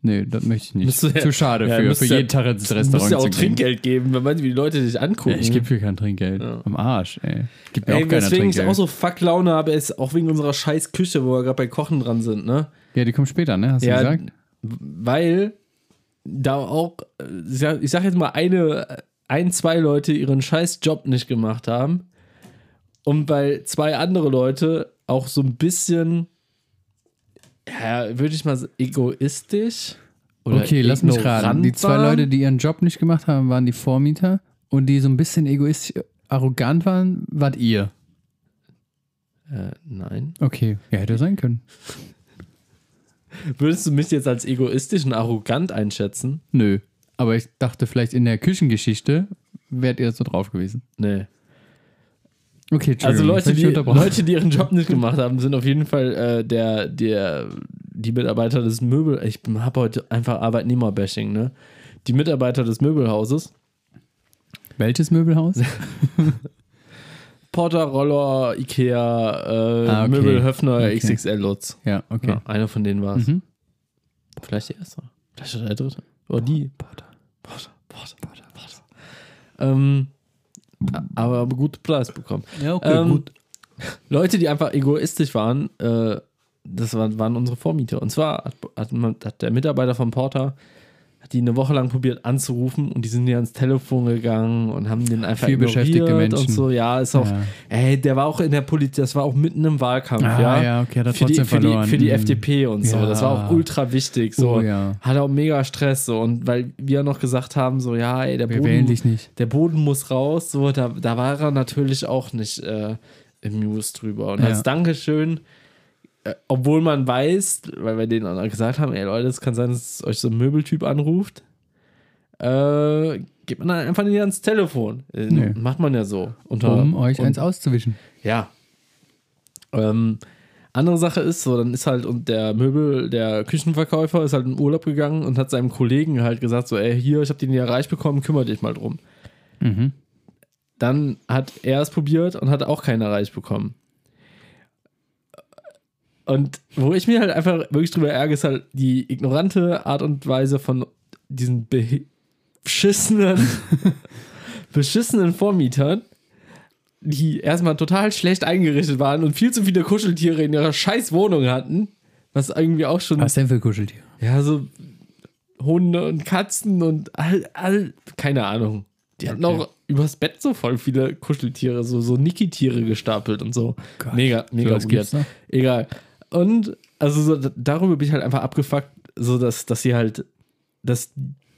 [SPEAKER 2] nee, das möchte ich nicht.
[SPEAKER 3] Müsste ja-
[SPEAKER 2] Zu schade
[SPEAKER 3] ja,
[SPEAKER 2] für,
[SPEAKER 3] müsste
[SPEAKER 2] für
[SPEAKER 3] ja-
[SPEAKER 2] jeden Tag ins
[SPEAKER 3] Du musst
[SPEAKER 2] Restaurant
[SPEAKER 3] ja auch
[SPEAKER 2] zu gehen.
[SPEAKER 3] Trinkgeld geben, wenn man wie die Leute dich angucken.
[SPEAKER 2] Ja, ich gebe hier kein Trinkgeld.
[SPEAKER 3] Ja.
[SPEAKER 2] Am Arsch, ey. Gibt mir
[SPEAKER 3] Ey,
[SPEAKER 2] auch keiner
[SPEAKER 3] weswegen ich
[SPEAKER 2] Trinkgeld.
[SPEAKER 3] auch so fuck Laune habe, ist auch wegen unserer scheiß Küche, wo wir gerade bei Kochen dran sind, ne?
[SPEAKER 2] ja, die kommt später, ne? Hast du gesagt?
[SPEAKER 3] weil da auch, äh, ich sag- ich sag jetzt mal, eine, ein, zwei Leute ihren scheiß Job nicht gemacht haben und weil zwei andere Leute auch so ein bisschen, ja, würde ich mal sagen, egoistisch oder
[SPEAKER 2] Okay, lass mich
[SPEAKER 3] ignorant
[SPEAKER 2] raten. Die zwei
[SPEAKER 3] waren.
[SPEAKER 2] Leute, die ihren Job nicht gemacht haben, waren die Vormieter und die so ein bisschen egoistisch arrogant waren, wart ihr.
[SPEAKER 3] Äh, nein.
[SPEAKER 2] Okay, ja, hätte sein können.
[SPEAKER 3] Würdest du mich jetzt als egoistisch und arrogant einschätzen?
[SPEAKER 2] Nö. Aber ich dachte, vielleicht in der Küchengeschichte wärt ihr so drauf gewesen.
[SPEAKER 3] Nee.
[SPEAKER 2] Okay,
[SPEAKER 3] Also
[SPEAKER 2] Entschuldigung,
[SPEAKER 3] Leute
[SPEAKER 2] jetzt
[SPEAKER 3] die,
[SPEAKER 2] hab ich unterbrochen.
[SPEAKER 3] Leute, die ihren Job nicht gemacht haben, sind auf jeden Fall äh, der, der, die Mitarbeiter des Möbel. Ich habe heute einfach Arbeitnehmer-Bashing, ne? Die Mitarbeiter des Möbelhauses.
[SPEAKER 2] Welches Möbelhaus?
[SPEAKER 3] Porter, Roller, Ikea, äh,
[SPEAKER 2] Ah, okay.
[SPEAKER 3] Möbelhöfner,
[SPEAKER 2] Okay.
[SPEAKER 3] XXL Lutz.
[SPEAKER 2] ja, okay.
[SPEAKER 3] Ja, einer von denen war es.
[SPEAKER 2] Mhm.
[SPEAKER 3] Vielleicht der erste. Vielleicht auch der dritte. Oder die. Porter. Porter, Porter, Porter, Porter. Ähm, a- aber gute Preis bekommen.
[SPEAKER 2] Ja,
[SPEAKER 3] ähm, Leute, die einfach egoistisch waren, äh, das waren, waren unsere Vormieter. Und zwar hat, hat, man, hat der Mitarbeiter von Porter hat die eine Woche lang probiert anzurufen und die sind ja ans Telefon gegangen und haben den einfach
[SPEAKER 2] Viel beschäftigte
[SPEAKER 3] ignoriert
[SPEAKER 2] Menschen.
[SPEAKER 3] und so. Ja, ist auch,
[SPEAKER 2] Ja.
[SPEAKER 3] ey, der war auch in der Politik, das war auch mitten im Wahlkampf,
[SPEAKER 2] Ah,
[SPEAKER 3] ja.
[SPEAKER 2] ja, okay, hat er
[SPEAKER 3] für die,
[SPEAKER 2] trotzdem
[SPEAKER 3] für
[SPEAKER 2] verloren.
[SPEAKER 3] Die, für die
[SPEAKER 2] Mhm.
[SPEAKER 3] FDP und so.
[SPEAKER 2] Ja.
[SPEAKER 3] Das war auch ultra wichtig. So,
[SPEAKER 2] Oh, ja.
[SPEAKER 3] hat auch mega Stress so und weil wir noch gesagt haben, so ja, ey, der
[SPEAKER 2] Wir
[SPEAKER 3] Boden,
[SPEAKER 2] wählen dich nicht.
[SPEAKER 3] der Boden muss raus, so da, da war er natürlich auch nicht äh, amused drüber und
[SPEAKER 2] Ja.
[SPEAKER 3] als Dankeschön, äh, obwohl man weiß, weil wir denen auch gesagt haben, ey Leute, es kann sein, dass euch so ein Möbeltyp anruft, äh, geht man dann einfach nicht ans Telefon, äh,
[SPEAKER 2] Nee.
[SPEAKER 3] macht man ja so unter
[SPEAKER 2] Um euch
[SPEAKER 3] und-
[SPEAKER 2] eins auszuwischen.
[SPEAKER 3] ja. Ähm, andere Sache ist so, dann ist halt und der Möbel, der Küchenverkäufer ist halt in Urlaub gegangen und hat seinem Kollegen halt gesagt so, ey, hier, ich habe den hier erreicht bekommen, kümmere dich mal drum.
[SPEAKER 2] Mhm.
[SPEAKER 3] Dann hat er es probiert und hat auch keinen erreicht bekommen. Und wo ich mir halt einfach wirklich drüber ärgere, ist halt die ignorante Art und Weise von diesen beh- beschissenen, beschissenen Vormietern, die erstmal total schlecht eingerichtet waren und viel zu viele Kuscheltiere in ihrer scheiß Wohnung hatten, was irgendwie auch schon
[SPEAKER 2] Was denn für Kuscheltiere?
[SPEAKER 3] ja, so Hunde und Katzen und all, all keine Ahnung. Die hatten auch übers Bett so voll viele Kuscheltiere, so, so Niki-Tiere gestapelt und so.
[SPEAKER 2] Gott.
[SPEAKER 3] Mega, mega
[SPEAKER 2] Sowas
[SPEAKER 3] weird.
[SPEAKER 2] gibt's noch?
[SPEAKER 3] Egal. Und also so, d- darüber bin ich halt einfach abgefuckt, so dass, dass sie halt, dass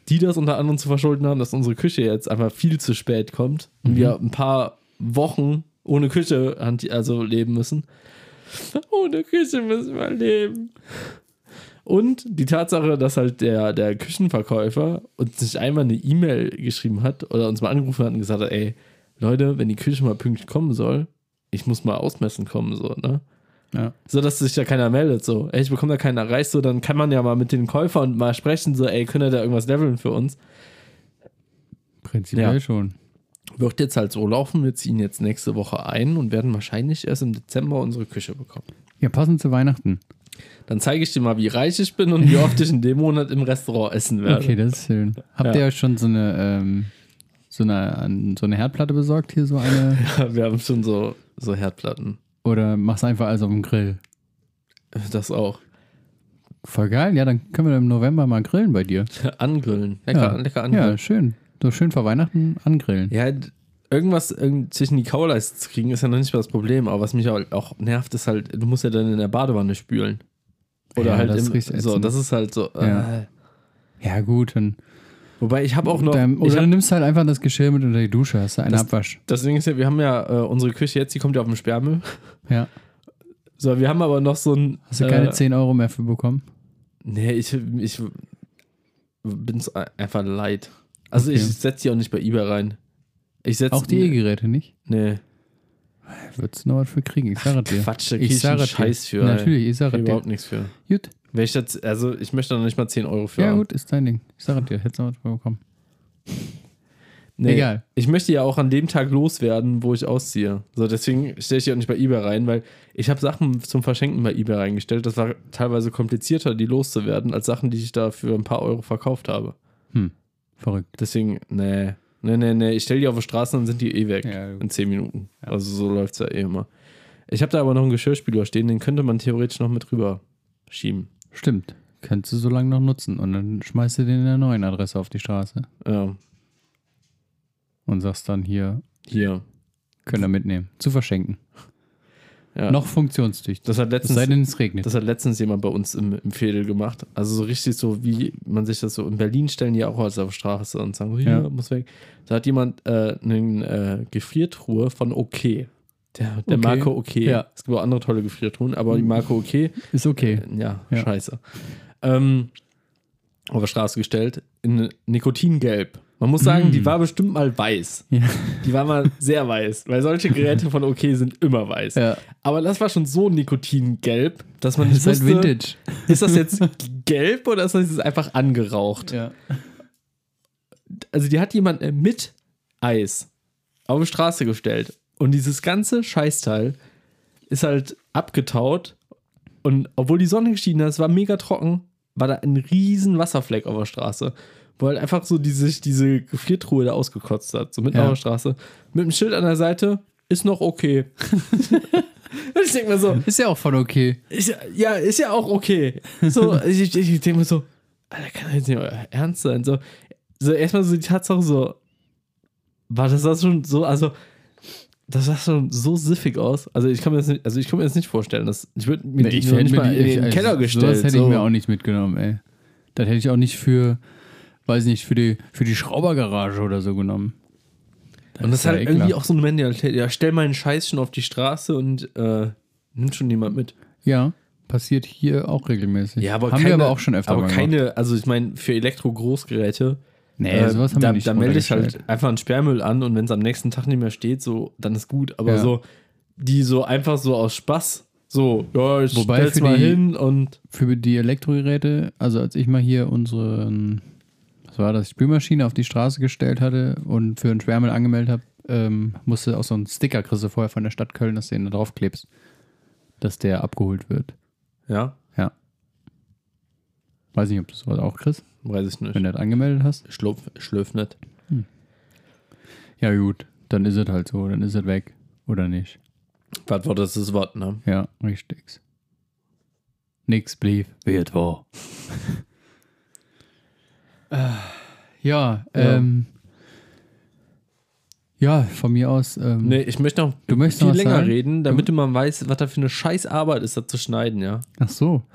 [SPEAKER 3] die das unter anderem zu verschulden haben, dass unsere Küche jetzt einfach viel zu spät kommt und wir ein paar Wochen ohne Küche hand- also leben müssen. Ohne Küche müssen wir leben. Und die Tatsache, dass halt der, der Küchenverkäufer uns nicht einmal eine E-Mail geschrieben hat oder uns mal angerufen hat und gesagt hat, ey, Leute, wenn die Küche mal pünktlich kommen soll, ich muss mal ausmessen kommen, so, ne?
[SPEAKER 2] Ja.
[SPEAKER 3] So, dass sich da keiner meldet, so. Ey, ich bekomme da keinen erreicht, so, dann kann man ja mal mit den Käufern mal sprechen, so, ey, könnt ihr da irgendwas leveln für uns?
[SPEAKER 2] Prinzipiell
[SPEAKER 3] Ja.
[SPEAKER 2] schon.
[SPEAKER 3] Wird jetzt halt so laufen, wir ziehen jetzt nächste Woche ein und werden wahrscheinlich erst im Dezember unsere Küche bekommen.
[SPEAKER 2] Ja, passend zu Weihnachten.
[SPEAKER 3] Dann zeige ich dir mal, wie reich ich bin und wie oft ich in dem Monat im Restaurant essen werde.
[SPEAKER 2] Okay, das ist schön. Habt
[SPEAKER 3] Ja.
[SPEAKER 2] ihr euch schon so eine ähm, so eine, an- so eine Herdplatte besorgt, hier so eine.
[SPEAKER 3] Wir haben schon so, so Herdplatten.
[SPEAKER 2] Oder mach's einfach alles auf dem Grill.
[SPEAKER 3] Das auch.
[SPEAKER 2] Voll geil, ja, dann können wir im November mal grillen bei dir.
[SPEAKER 3] Angrillen. Lecker,
[SPEAKER 2] ja.
[SPEAKER 3] lecker
[SPEAKER 2] Ja,
[SPEAKER 3] angrillen.
[SPEAKER 2] schön. So schön vor Weihnachten angrillen.
[SPEAKER 3] Ja, d- irgendwas irgend zwischen die Kauleisten zu kriegen, ist ja noch nicht mal das Problem. Aber was mich halt auch nervt, ist halt, du musst ja dann in der Badewanne spülen. Oder
[SPEAKER 2] Ja,
[SPEAKER 3] halt
[SPEAKER 2] das ist
[SPEAKER 3] im,
[SPEAKER 2] richtig
[SPEAKER 3] so,
[SPEAKER 2] ätzend.
[SPEAKER 3] das ist halt so.
[SPEAKER 2] Ja.
[SPEAKER 3] Äh,
[SPEAKER 2] Ja, gut, dann.
[SPEAKER 3] wobei ich habe auch noch.
[SPEAKER 2] dann
[SPEAKER 3] ich
[SPEAKER 2] Oh, oder
[SPEAKER 3] hab-
[SPEAKER 2] dann nimmst du halt einfach das Geschirr mit unter die Dusche, hast du einen
[SPEAKER 3] Das-
[SPEAKER 2] Abwasch.
[SPEAKER 3] Das Ding ist ja, wir haben ja äh, unsere Küche jetzt, die kommt ja auf dem Sperrmüll.
[SPEAKER 2] Ja.
[SPEAKER 3] So, wir haben aber noch so ein.
[SPEAKER 2] Hast du keine
[SPEAKER 3] äh,
[SPEAKER 2] 10 Euro mehr für bekommen?
[SPEAKER 3] Nee, ich, ich bin es einfach leid. Also ich
[SPEAKER 2] Okay.
[SPEAKER 3] setze die auch nicht bei eBay rein. Ich setz,
[SPEAKER 2] Auch die E-Geräte nicht?
[SPEAKER 3] Nee.
[SPEAKER 2] Würdest du noch was für kriegen? Ich sage dir.
[SPEAKER 3] Quatsch, da krieg
[SPEAKER 2] ich
[SPEAKER 3] ich einen
[SPEAKER 2] sage
[SPEAKER 3] Scheiß
[SPEAKER 2] dir.
[SPEAKER 3] für.
[SPEAKER 2] Natürlich, ich
[SPEAKER 3] ey.
[SPEAKER 2] sage
[SPEAKER 3] Krieg
[SPEAKER 2] dir.
[SPEAKER 3] überhaupt nichts für.
[SPEAKER 2] Gut.
[SPEAKER 3] Wenn ich jetzt, also ich möchte da noch nicht mal 10 Euro für.
[SPEAKER 2] Ja,
[SPEAKER 3] haben.
[SPEAKER 2] gut, ist dein Ding. Ich sage dir, hättest du noch was für bekommen.
[SPEAKER 3] Nee,
[SPEAKER 2] Egal.
[SPEAKER 3] Ich möchte ja auch an dem Tag loswerden, wo ich ausziehe. So, deswegen stelle ich die auch nicht bei eBay rein, weil ich habe Sachen zum Verschenken bei eBay reingestellt. Das war teilweise komplizierter, die loszuwerden, als Sachen, die ich da für ein paar Euro verkauft habe.
[SPEAKER 2] Verrückt.
[SPEAKER 3] Deswegen, nee. Nee, nee, nee. Ich stelle die auf die Straße, dann sind die eh weg.
[SPEAKER 2] Ja, gut.
[SPEAKER 3] in 10 Minuten. Also so läuft es ja eh immer. Ich habe da aber noch einen Geschirrspüler stehen, den könnte man theoretisch noch mit rüber schieben.
[SPEAKER 2] Stimmt. Könntest du so lange noch nutzen und dann schmeißt du den in der neuen Adresse auf die Straße
[SPEAKER 3] Ja,
[SPEAKER 2] und sagst dann hier,
[SPEAKER 3] hier.
[SPEAKER 2] können wir mitnehmen. Zu verschenken.
[SPEAKER 3] Ja.
[SPEAKER 2] Noch funktionstüchtig.
[SPEAKER 3] Das hat
[SPEAKER 2] Es
[SPEAKER 3] letztens,
[SPEAKER 2] sei denn, es regnet.
[SPEAKER 3] das hat letztens jemand bei uns im, im Fädel gemacht. Also so richtig so, wie man sich das so in Berlin stellen, die auch alles auf der Straße und sagen, hier,
[SPEAKER 2] Ja.
[SPEAKER 3] muss weg. Da hat jemand äh, eine äh, Gefriertruhe von OK. Der, der
[SPEAKER 2] Okay.
[SPEAKER 3] Marke OK.
[SPEAKER 2] Ja.
[SPEAKER 3] Es gibt auch andere tolle Gefriertruhen, aber die Marke OK
[SPEAKER 2] Ist okay.
[SPEAKER 3] Ja,
[SPEAKER 2] Ja.
[SPEAKER 3] scheiße. Ähm, auf der Straße gestellt, in Nikotingelb. Man muss sagen, die war bestimmt mal weiß.
[SPEAKER 2] Mm. Ja.
[SPEAKER 3] Die war mal sehr weiß, weil solche Geräte von OK sind immer weiß.
[SPEAKER 2] Äh, Ja.
[SPEAKER 3] Aber das war schon so Nikotingelb, dass man
[SPEAKER 2] Das
[SPEAKER 3] nicht
[SPEAKER 2] ist halt
[SPEAKER 3] wusste,
[SPEAKER 2] Vintage.
[SPEAKER 3] ist das jetzt gelb oder ist das jetzt einfach angeraucht?
[SPEAKER 2] Ja.
[SPEAKER 3] Also die hat jemand äh, mit Eis auf die Straße gestellt. Und dieses ganze Scheißteil ist halt abgetaut. Und obwohl die Sonne geschienen hat, es war mega trocken, war da ein riesen Wasserfleck auf der Straße. Wo halt einfach so die, sich diese Gefriertruhe da ausgekotzt hat. So mitten
[SPEAKER 2] Ja.
[SPEAKER 3] auf der Straße. Mit einem Schild an der Seite, ist noch okay. Und ich denke mir so,
[SPEAKER 2] Ist ja auch voll okay.
[SPEAKER 3] ist ja, ja, ist ja auch okay. So, ich, ich, ich denke mir so, Alter, kann das jetzt nicht euer Ernst sein? So, so erstmal so die Tatsache so, war das das schon so, also, das sah schon so siffig aus. Also ich kann mir das nicht, also ich kann mir das nicht vorstellen. Dass, ich würde mir die noch
[SPEAKER 2] hätte
[SPEAKER 3] nicht
[SPEAKER 2] mir
[SPEAKER 3] mal
[SPEAKER 2] die-
[SPEAKER 3] in
[SPEAKER 2] ich-
[SPEAKER 3] den
[SPEAKER 2] also
[SPEAKER 3] Keller gestellt.
[SPEAKER 2] Sowas hätte
[SPEAKER 3] so.
[SPEAKER 2] ich mir auch nicht mitgenommen, ey. Das hätte ich auch nicht für, weiß nicht, für die, für die Schraubergarage oder so genommen.
[SPEAKER 3] und das ist
[SPEAKER 2] ja
[SPEAKER 3] halt
[SPEAKER 2] eh
[SPEAKER 3] irgendwie
[SPEAKER 2] klar.
[SPEAKER 3] auch so eine Mentalität. Ja, stell mal einen Scheiß schon auf die Straße und äh, nimmt schon jemand mit.
[SPEAKER 2] Ja, passiert hier auch regelmäßig.
[SPEAKER 3] Ja, aber
[SPEAKER 2] Haben
[SPEAKER 3] keine,
[SPEAKER 2] wir aber auch schon öfter
[SPEAKER 3] Aber
[SPEAKER 2] mal
[SPEAKER 3] keine, also ich meine, für Elektro-Großgeräte
[SPEAKER 2] Nee,
[SPEAKER 3] Äh,
[SPEAKER 2] sowas haben
[SPEAKER 3] da,
[SPEAKER 2] wir nicht
[SPEAKER 3] Da melde ich
[SPEAKER 2] runtergestellt.
[SPEAKER 3] halt einfach einen Sperrmüll an und wenn es am nächsten Tag nicht mehr steht, so, dann ist gut. Aber
[SPEAKER 2] Ja.
[SPEAKER 3] so, die so einfach so aus Spaß, so, ja, ich
[SPEAKER 2] Wobei
[SPEAKER 3] stell's
[SPEAKER 2] für
[SPEAKER 3] mal
[SPEAKER 2] die-
[SPEAKER 3] hin und
[SPEAKER 2] für die Elektrogeräte, also als ich mal hier unsere, was war das, Spülmaschine auf die Straße gestellt hatte und für einen Schwärmel angemeldet habe, ähm, musste auch so einen Sticker kriegst du vorher von der Stadt Köln, dass du den da drauf klebst, dass der abgeholt wird.
[SPEAKER 3] ja,
[SPEAKER 2] Weiß nicht, ob du sowas auch kriegst,
[SPEAKER 3] weiß ich nicht.
[SPEAKER 2] wenn du das angemeldet hast.
[SPEAKER 3] Schlupf, schlürf nicht.
[SPEAKER 2] Ja gut, dann ist es halt so, dann ist es weg. Oder nicht?
[SPEAKER 3] Was war das, das Wort, ne?
[SPEAKER 2] Ja, richtig. Nix blieb, wird war. Äh, ja, ähm. Ja, von mir aus. Ähm,
[SPEAKER 3] Nee, ich möchte noch
[SPEAKER 2] Du möchtest
[SPEAKER 3] viel
[SPEAKER 2] noch was
[SPEAKER 3] länger
[SPEAKER 2] sagen? Hm?
[SPEAKER 3] reden, damit man weiß, was da für eine Scheißarbeit ist, das zu schneiden, ja.
[SPEAKER 2] Ach so.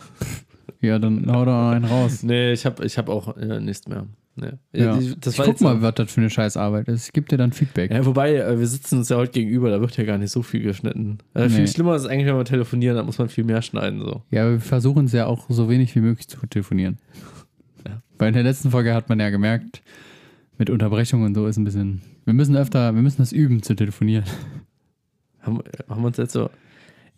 [SPEAKER 2] Ja, dann hau da einen raus.
[SPEAKER 3] Nee, ich habe ich hab auch äh, nichts mehr. Nee.
[SPEAKER 2] Ja.
[SPEAKER 3] Ich, das
[SPEAKER 2] ich
[SPEAKER 3] war
[SPEAKER 2] guck
[SPEAKER 3] jetzt
[SPEAKER 2] mal, was das für eine Scheißarbeit ist. Ich geb dir dann Feedback.
[SPEAKER 3] Ja, wobei, äh, wir sitzen uns ja heute gegenüber, da wird ja gar nicht so viel geschnitten. Äh, Viel
[SPEAKER 2] Nee.
[SPEAKER 3] schlimmer ist eigentlich, wenn wir telefonieren, da muss man viel mehr schneiden. So.
[SPEAKER 2] Ja, aber wir versuchen es ja auch so wenig wie möglich zu telefonieren. Bei der letzten Folge hat man ja gemerkt, mit Unterbrechungen und so ist ein bisschen. Wir müssen öfter, wir müssen das üben zu telefonieren.
[SPEAKER 3] Haben, haben wir uns jetzt so.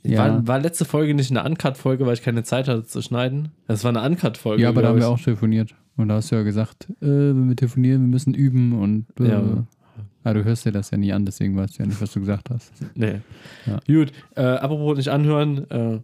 [SPEAKER 2] Ja.
[SPEAKER 3] War, war letzte Folge nicht eine Uncut-Folge, weil ich keine Zeit hatte zu schneiden? Das war eine Uncut-Folge.
[SPEAKER 2] Ja, aber da
[SPEAKER 3] glaub
[SPEAKER 2] haben wir
[SPEAKER 3] ich.
[SPEAKER 2] auch telefoniert. Und da hast du ja gesagt, äh, wenn wir telefonieren, wir müssen üben und. Äh,
[SPEAKER 3] Ja.
[SPEAKER 2] ja. Ah, du hörst dir das ja nie an, deswegen weißt du ja nicht, was du gesagt hast.
[SPEAKER 3] Nee.
[SPEAKER 2] Ja.
[SPEAKER 3] Gut, äh, apropos nicht anhören. Äh,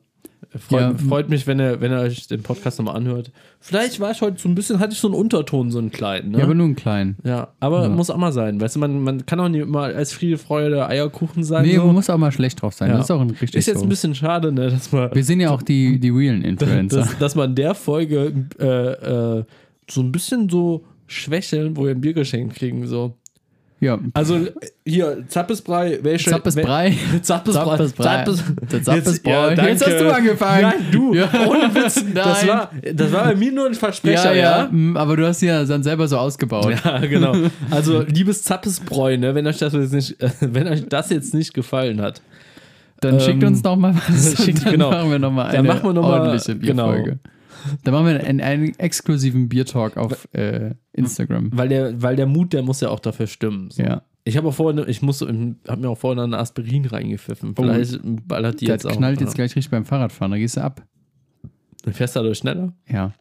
[SPEAKER 3] Freut,
[SPEAKER 2] Ja.
[SPEAKER 3] freut mich, wenn ihr, wenn ihr euch den Podcast nochmal anhört. Vielleicht war ich heute so ein bisschen, hatte ich so einen Unterton, so einen kleinen. Ne?
[SPEAKER 2] Ja, aber nur einen kleinen.
[SPEAKER 3] Ja, aber
[SPEAKER 2] Ja.
[SPEAKER 3] muss auch mal sein. Weißt du, man, man kann auch nicht immer als Friede, Freude, Eierkuchen sein.
[SPEAKER 2] Nee,
[SPEAKER 3] so.
[SPEAKER 2] man muss auch mal schlecht drauf sein.
[SPEAKER 3] Also Ja.
[SPEAKER 2] Das ist auch ein richtig
[SPEAKER 3] ist jetzt
[SPEAKER 2] so.
[SPEAKER 3] ein bisschen schade, ne, dass man,
[SPEAKER 2] Wir sind ja auch die, die realen Influencer.
[SPEAKER 3] dass, dass man der Folge äh, äh, so ein bisschen so schwächeln, wo wir ein Biergeschenk kriegen. So.
[SPEAKER 2] ja,
[SPEAKER 3] Also hier, Zappesbrei, welche.
[SPEAKER 2] Zappesbrei.
[SPEAKER 3] Zappesbrei.
[SPEAKER 2] Zappesbrei. Der Zappesbrei.
[SPEAKER 3] Jetzt, ja,
[SPEAKER 2] Jetzt hast
[SPEAKER 3] danke.
[SPEAKER 2] du angefangen.
[SPEAKER 3] Nein, du.
[SPEAKER 2] Ja.
[SPEAKER 3] Ohne Witz. Das
[SPEAKER 2] Nein.
[SPEAKER 3] war, das war bei mir nur ein
[SPEAKER 2] Ja,
[SPEAKER 3] Versprecher,
[SPEAKER 2] ja, mm, aber du hast sie ja dann selber so ausgebaut.
[SPEAKER 3] Ja, genau. Also, liebes Zappesbräu, ne, wenn euch das jetzt nicht, wenn euch das jetzt nicht gefallen hat,
[SPEAKER 2] Dann
[SPEAKER 3] Ähm,
[SPEAKER 2] schickt uns noch mal was.
[SPEAKER 3] schickt-
[SPEAKER 2] dann
[SPEAKER 3] genau.
[SPEAKER 2] machen wir noch mal eine
[SPEAKER 3] Dann machen wir noch mal-
[SPEAKER 2] ordentliche
[SPEAKER 3] genau.
[SPEAKER 2] Bierfolge. Dann machen wir einen, einen exklusiven Biertalk auf äh, Instagram.
[SPEAKER 3] weil der, weil der Mut, der muss ja auch dafür stimmen. So.
[SPEAKER 2] Ja,
[SPEAKER 3] Ich habe auch vorhin, ich muss, habe mir auch vorhin eine Aspirin reingepfiffen. Vielleicht ballert die
[SPEAKER 2] das
[SPEAKER 3] jetzt auch.
[SPEAKER 2] Oh, knallt jetzt
[SPEAKER 3] ja.
[SPEAKER 2] gleich richtig beim Fahrradfahren. Da gehst du ab.
[SPEAKER 3] Dann fährst du dadurch schneller.
[SPEAKER 2] Ja,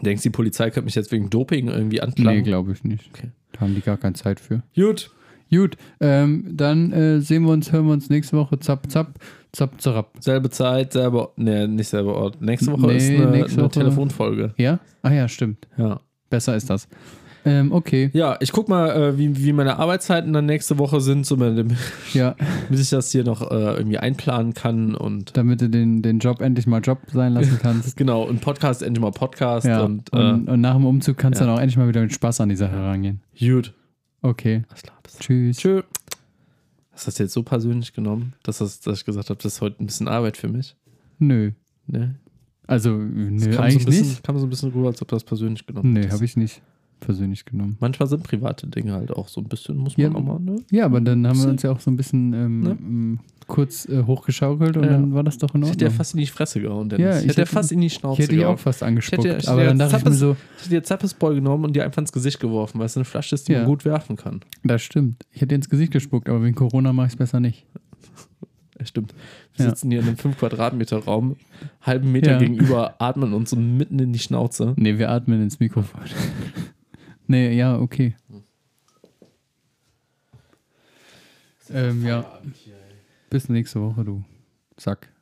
[SPEAKER 3] Denkst, die Polizei könnte mich jetzt wegen Doping irgendwie
[SPEAKER 2] nee,
[SPEAKER 3] anklagen?
[SPEAKER 2] glaube ich nicht.
[SPEAKER 3] Okay.
[SPEAKER 2] Da haben die gar keine Zeit für.
[SPEAKER 3] Gut.
[SPEAKER 2] Gut, ähm, dann äh, sehen wir uns, hören wir uns nächste Woche. Zapp, zapp, zapp, zerab.
[SPEAKER 3] Selbe Zeit, selber, nee, nicht selber Ort. Nächste Woche
[SPEAKER 2] Nee,
[SPEAKER 3] ist eine,
[SPEAKER 2] nächste
[SPEAKER 3] eine
[SPEAKER 2] Woche-
[SPEAKER 3] Telefonfolge.
[SPEAKER 2] Ja? Ah ja, stimmt.
[SPEAKER 3] Ja.
[SPEAKER 2] Besser ist das. Ähm, okay.
[SPEAKER 3] Ja, ich guck mal, äh, wie, wie meine Arbeitszeiten dann nächste Woche sind, so mit dem,
[SPEAKER 2] Ja,
[SPEAKER 3] bis ich das hier noch äh, irgendwie einplanen kann und
[SPEAKER 2] damit du den, den Job endlich mal Job sein lassen kannst.
[SPEAKER 3] genau, und Podcast, endlich mal Podcast
[SPEAKER 2] Ja,
[SPEAKER 3] und, äh,
[SPEAKER 2] und, und, nach dem Umzug kannst du
[SPEAKER 3] ja.
[SPEAKER 2] dann auch endlich mal wieder mit Spaß an die Sache rangehen.
[SPEAKER 3] äh, gut.
[SPEAKER 2] Okay,
[SPEAKER 3] Alles klar, bis dann.
[SPEAKER 2] tschüss.
[SPEAKER 3] Tschö. Hast du das jetzt so persönlich genommen, dass, das, dass ich gesagt habe, das ist heute ein bisschen Arbeit für mich?
[SPEAKER 2] Nö.
[SPEAKER 3] Ne?
[SPEAKER 2] Also,
[SPEAKER 3] Das
[SPEAKER 2] nö,
[SPEAKER 3] kam, so ein
[SPEAKER 2] eigentlich
[SPEAKER 3] bisschen,
[SPEAKER 2] nicht.
[SPEAKER 3] kam so ein bisschen rüber, als ob du das persönlich genommen
[SPEAKER 2] Nö,
[SPEAKER 3] hast.
[SPEAKER 2] habe ich nicht persönlich genommen.
[SPEAKER 3] Manchmal sind private Dinge halt auch so ein bisschen, muss
[SPEAKER 2] Ja.
[SPEAKER 3] man auch mal, ne?
[SPEAKER 2] Ja, aber dann haben wir
[SPEAKER 3] Bisschen.
[SPEAKER 2] uns ja auch so ein bisschen ähm,
[SPEAKER 3] Ne?
[SPEAKER 2] ähm, kurz äh, hochgeschaukelt und
[SPEAKER 3] Ja.
[SPEAKER 2] dann war das doch in
[SPEAKER 3] Ich
[SPEAKER 2] Ordnung.
[SPEAKER 3] hätte dir fast in die Fresse gehauen, Dennis.
[SPEAKER 2] Ja,
[SPEAKER 3] ich,
[SPEAKER 2] ich
[SPEAKER 3] hätte dir
[SPEAKER 2] hätte-
[SPEAKER 3] fast in die Schnauze
[SPEAKER 2] ich hätte die
[SPEAKER 3] gehauen.
[SPEAKER 2] auch fast angespuckt.
[SPEAKER 3] Ich hätte- ich
[SPEAKER 2] aber
[SPEAKER 3] hätte
[SPEAKER 2] dann dachte ich mir
[SPEAKER 3] Zappes-
[SPEAKER 2] so,
[SPEAKER 3] Ich hätte dir Zappesball genommen und dir einfach ins Gesicht geworfen, weil es eine Flasche ist, die
[SPEAKER 2] Ja.
[SPEAKER 3] man gut werfen kann.
[SPEAKER 2] das stimmt. Ich hätte ins Gesicht gespuckt, aber wegen Corona mache ich es besser nicht.
[SPEAKER 3] Ja, Stimmt. Wir
[SPEAKER 2] Ja.
[SPEAKER 3] sitzen hier in einem 5 Quadratmeter Raum, halben Meter
[SPEAKER 2] Ja.
[SPEAKER 3] gegenüber, atmen uns so mitten in die Schnauze.
[SPEAKER 2] Nee, wir atmen ins Mikrofon. nee, ja, okay. Ähm, ja. Bis nächste Woche, du Sack.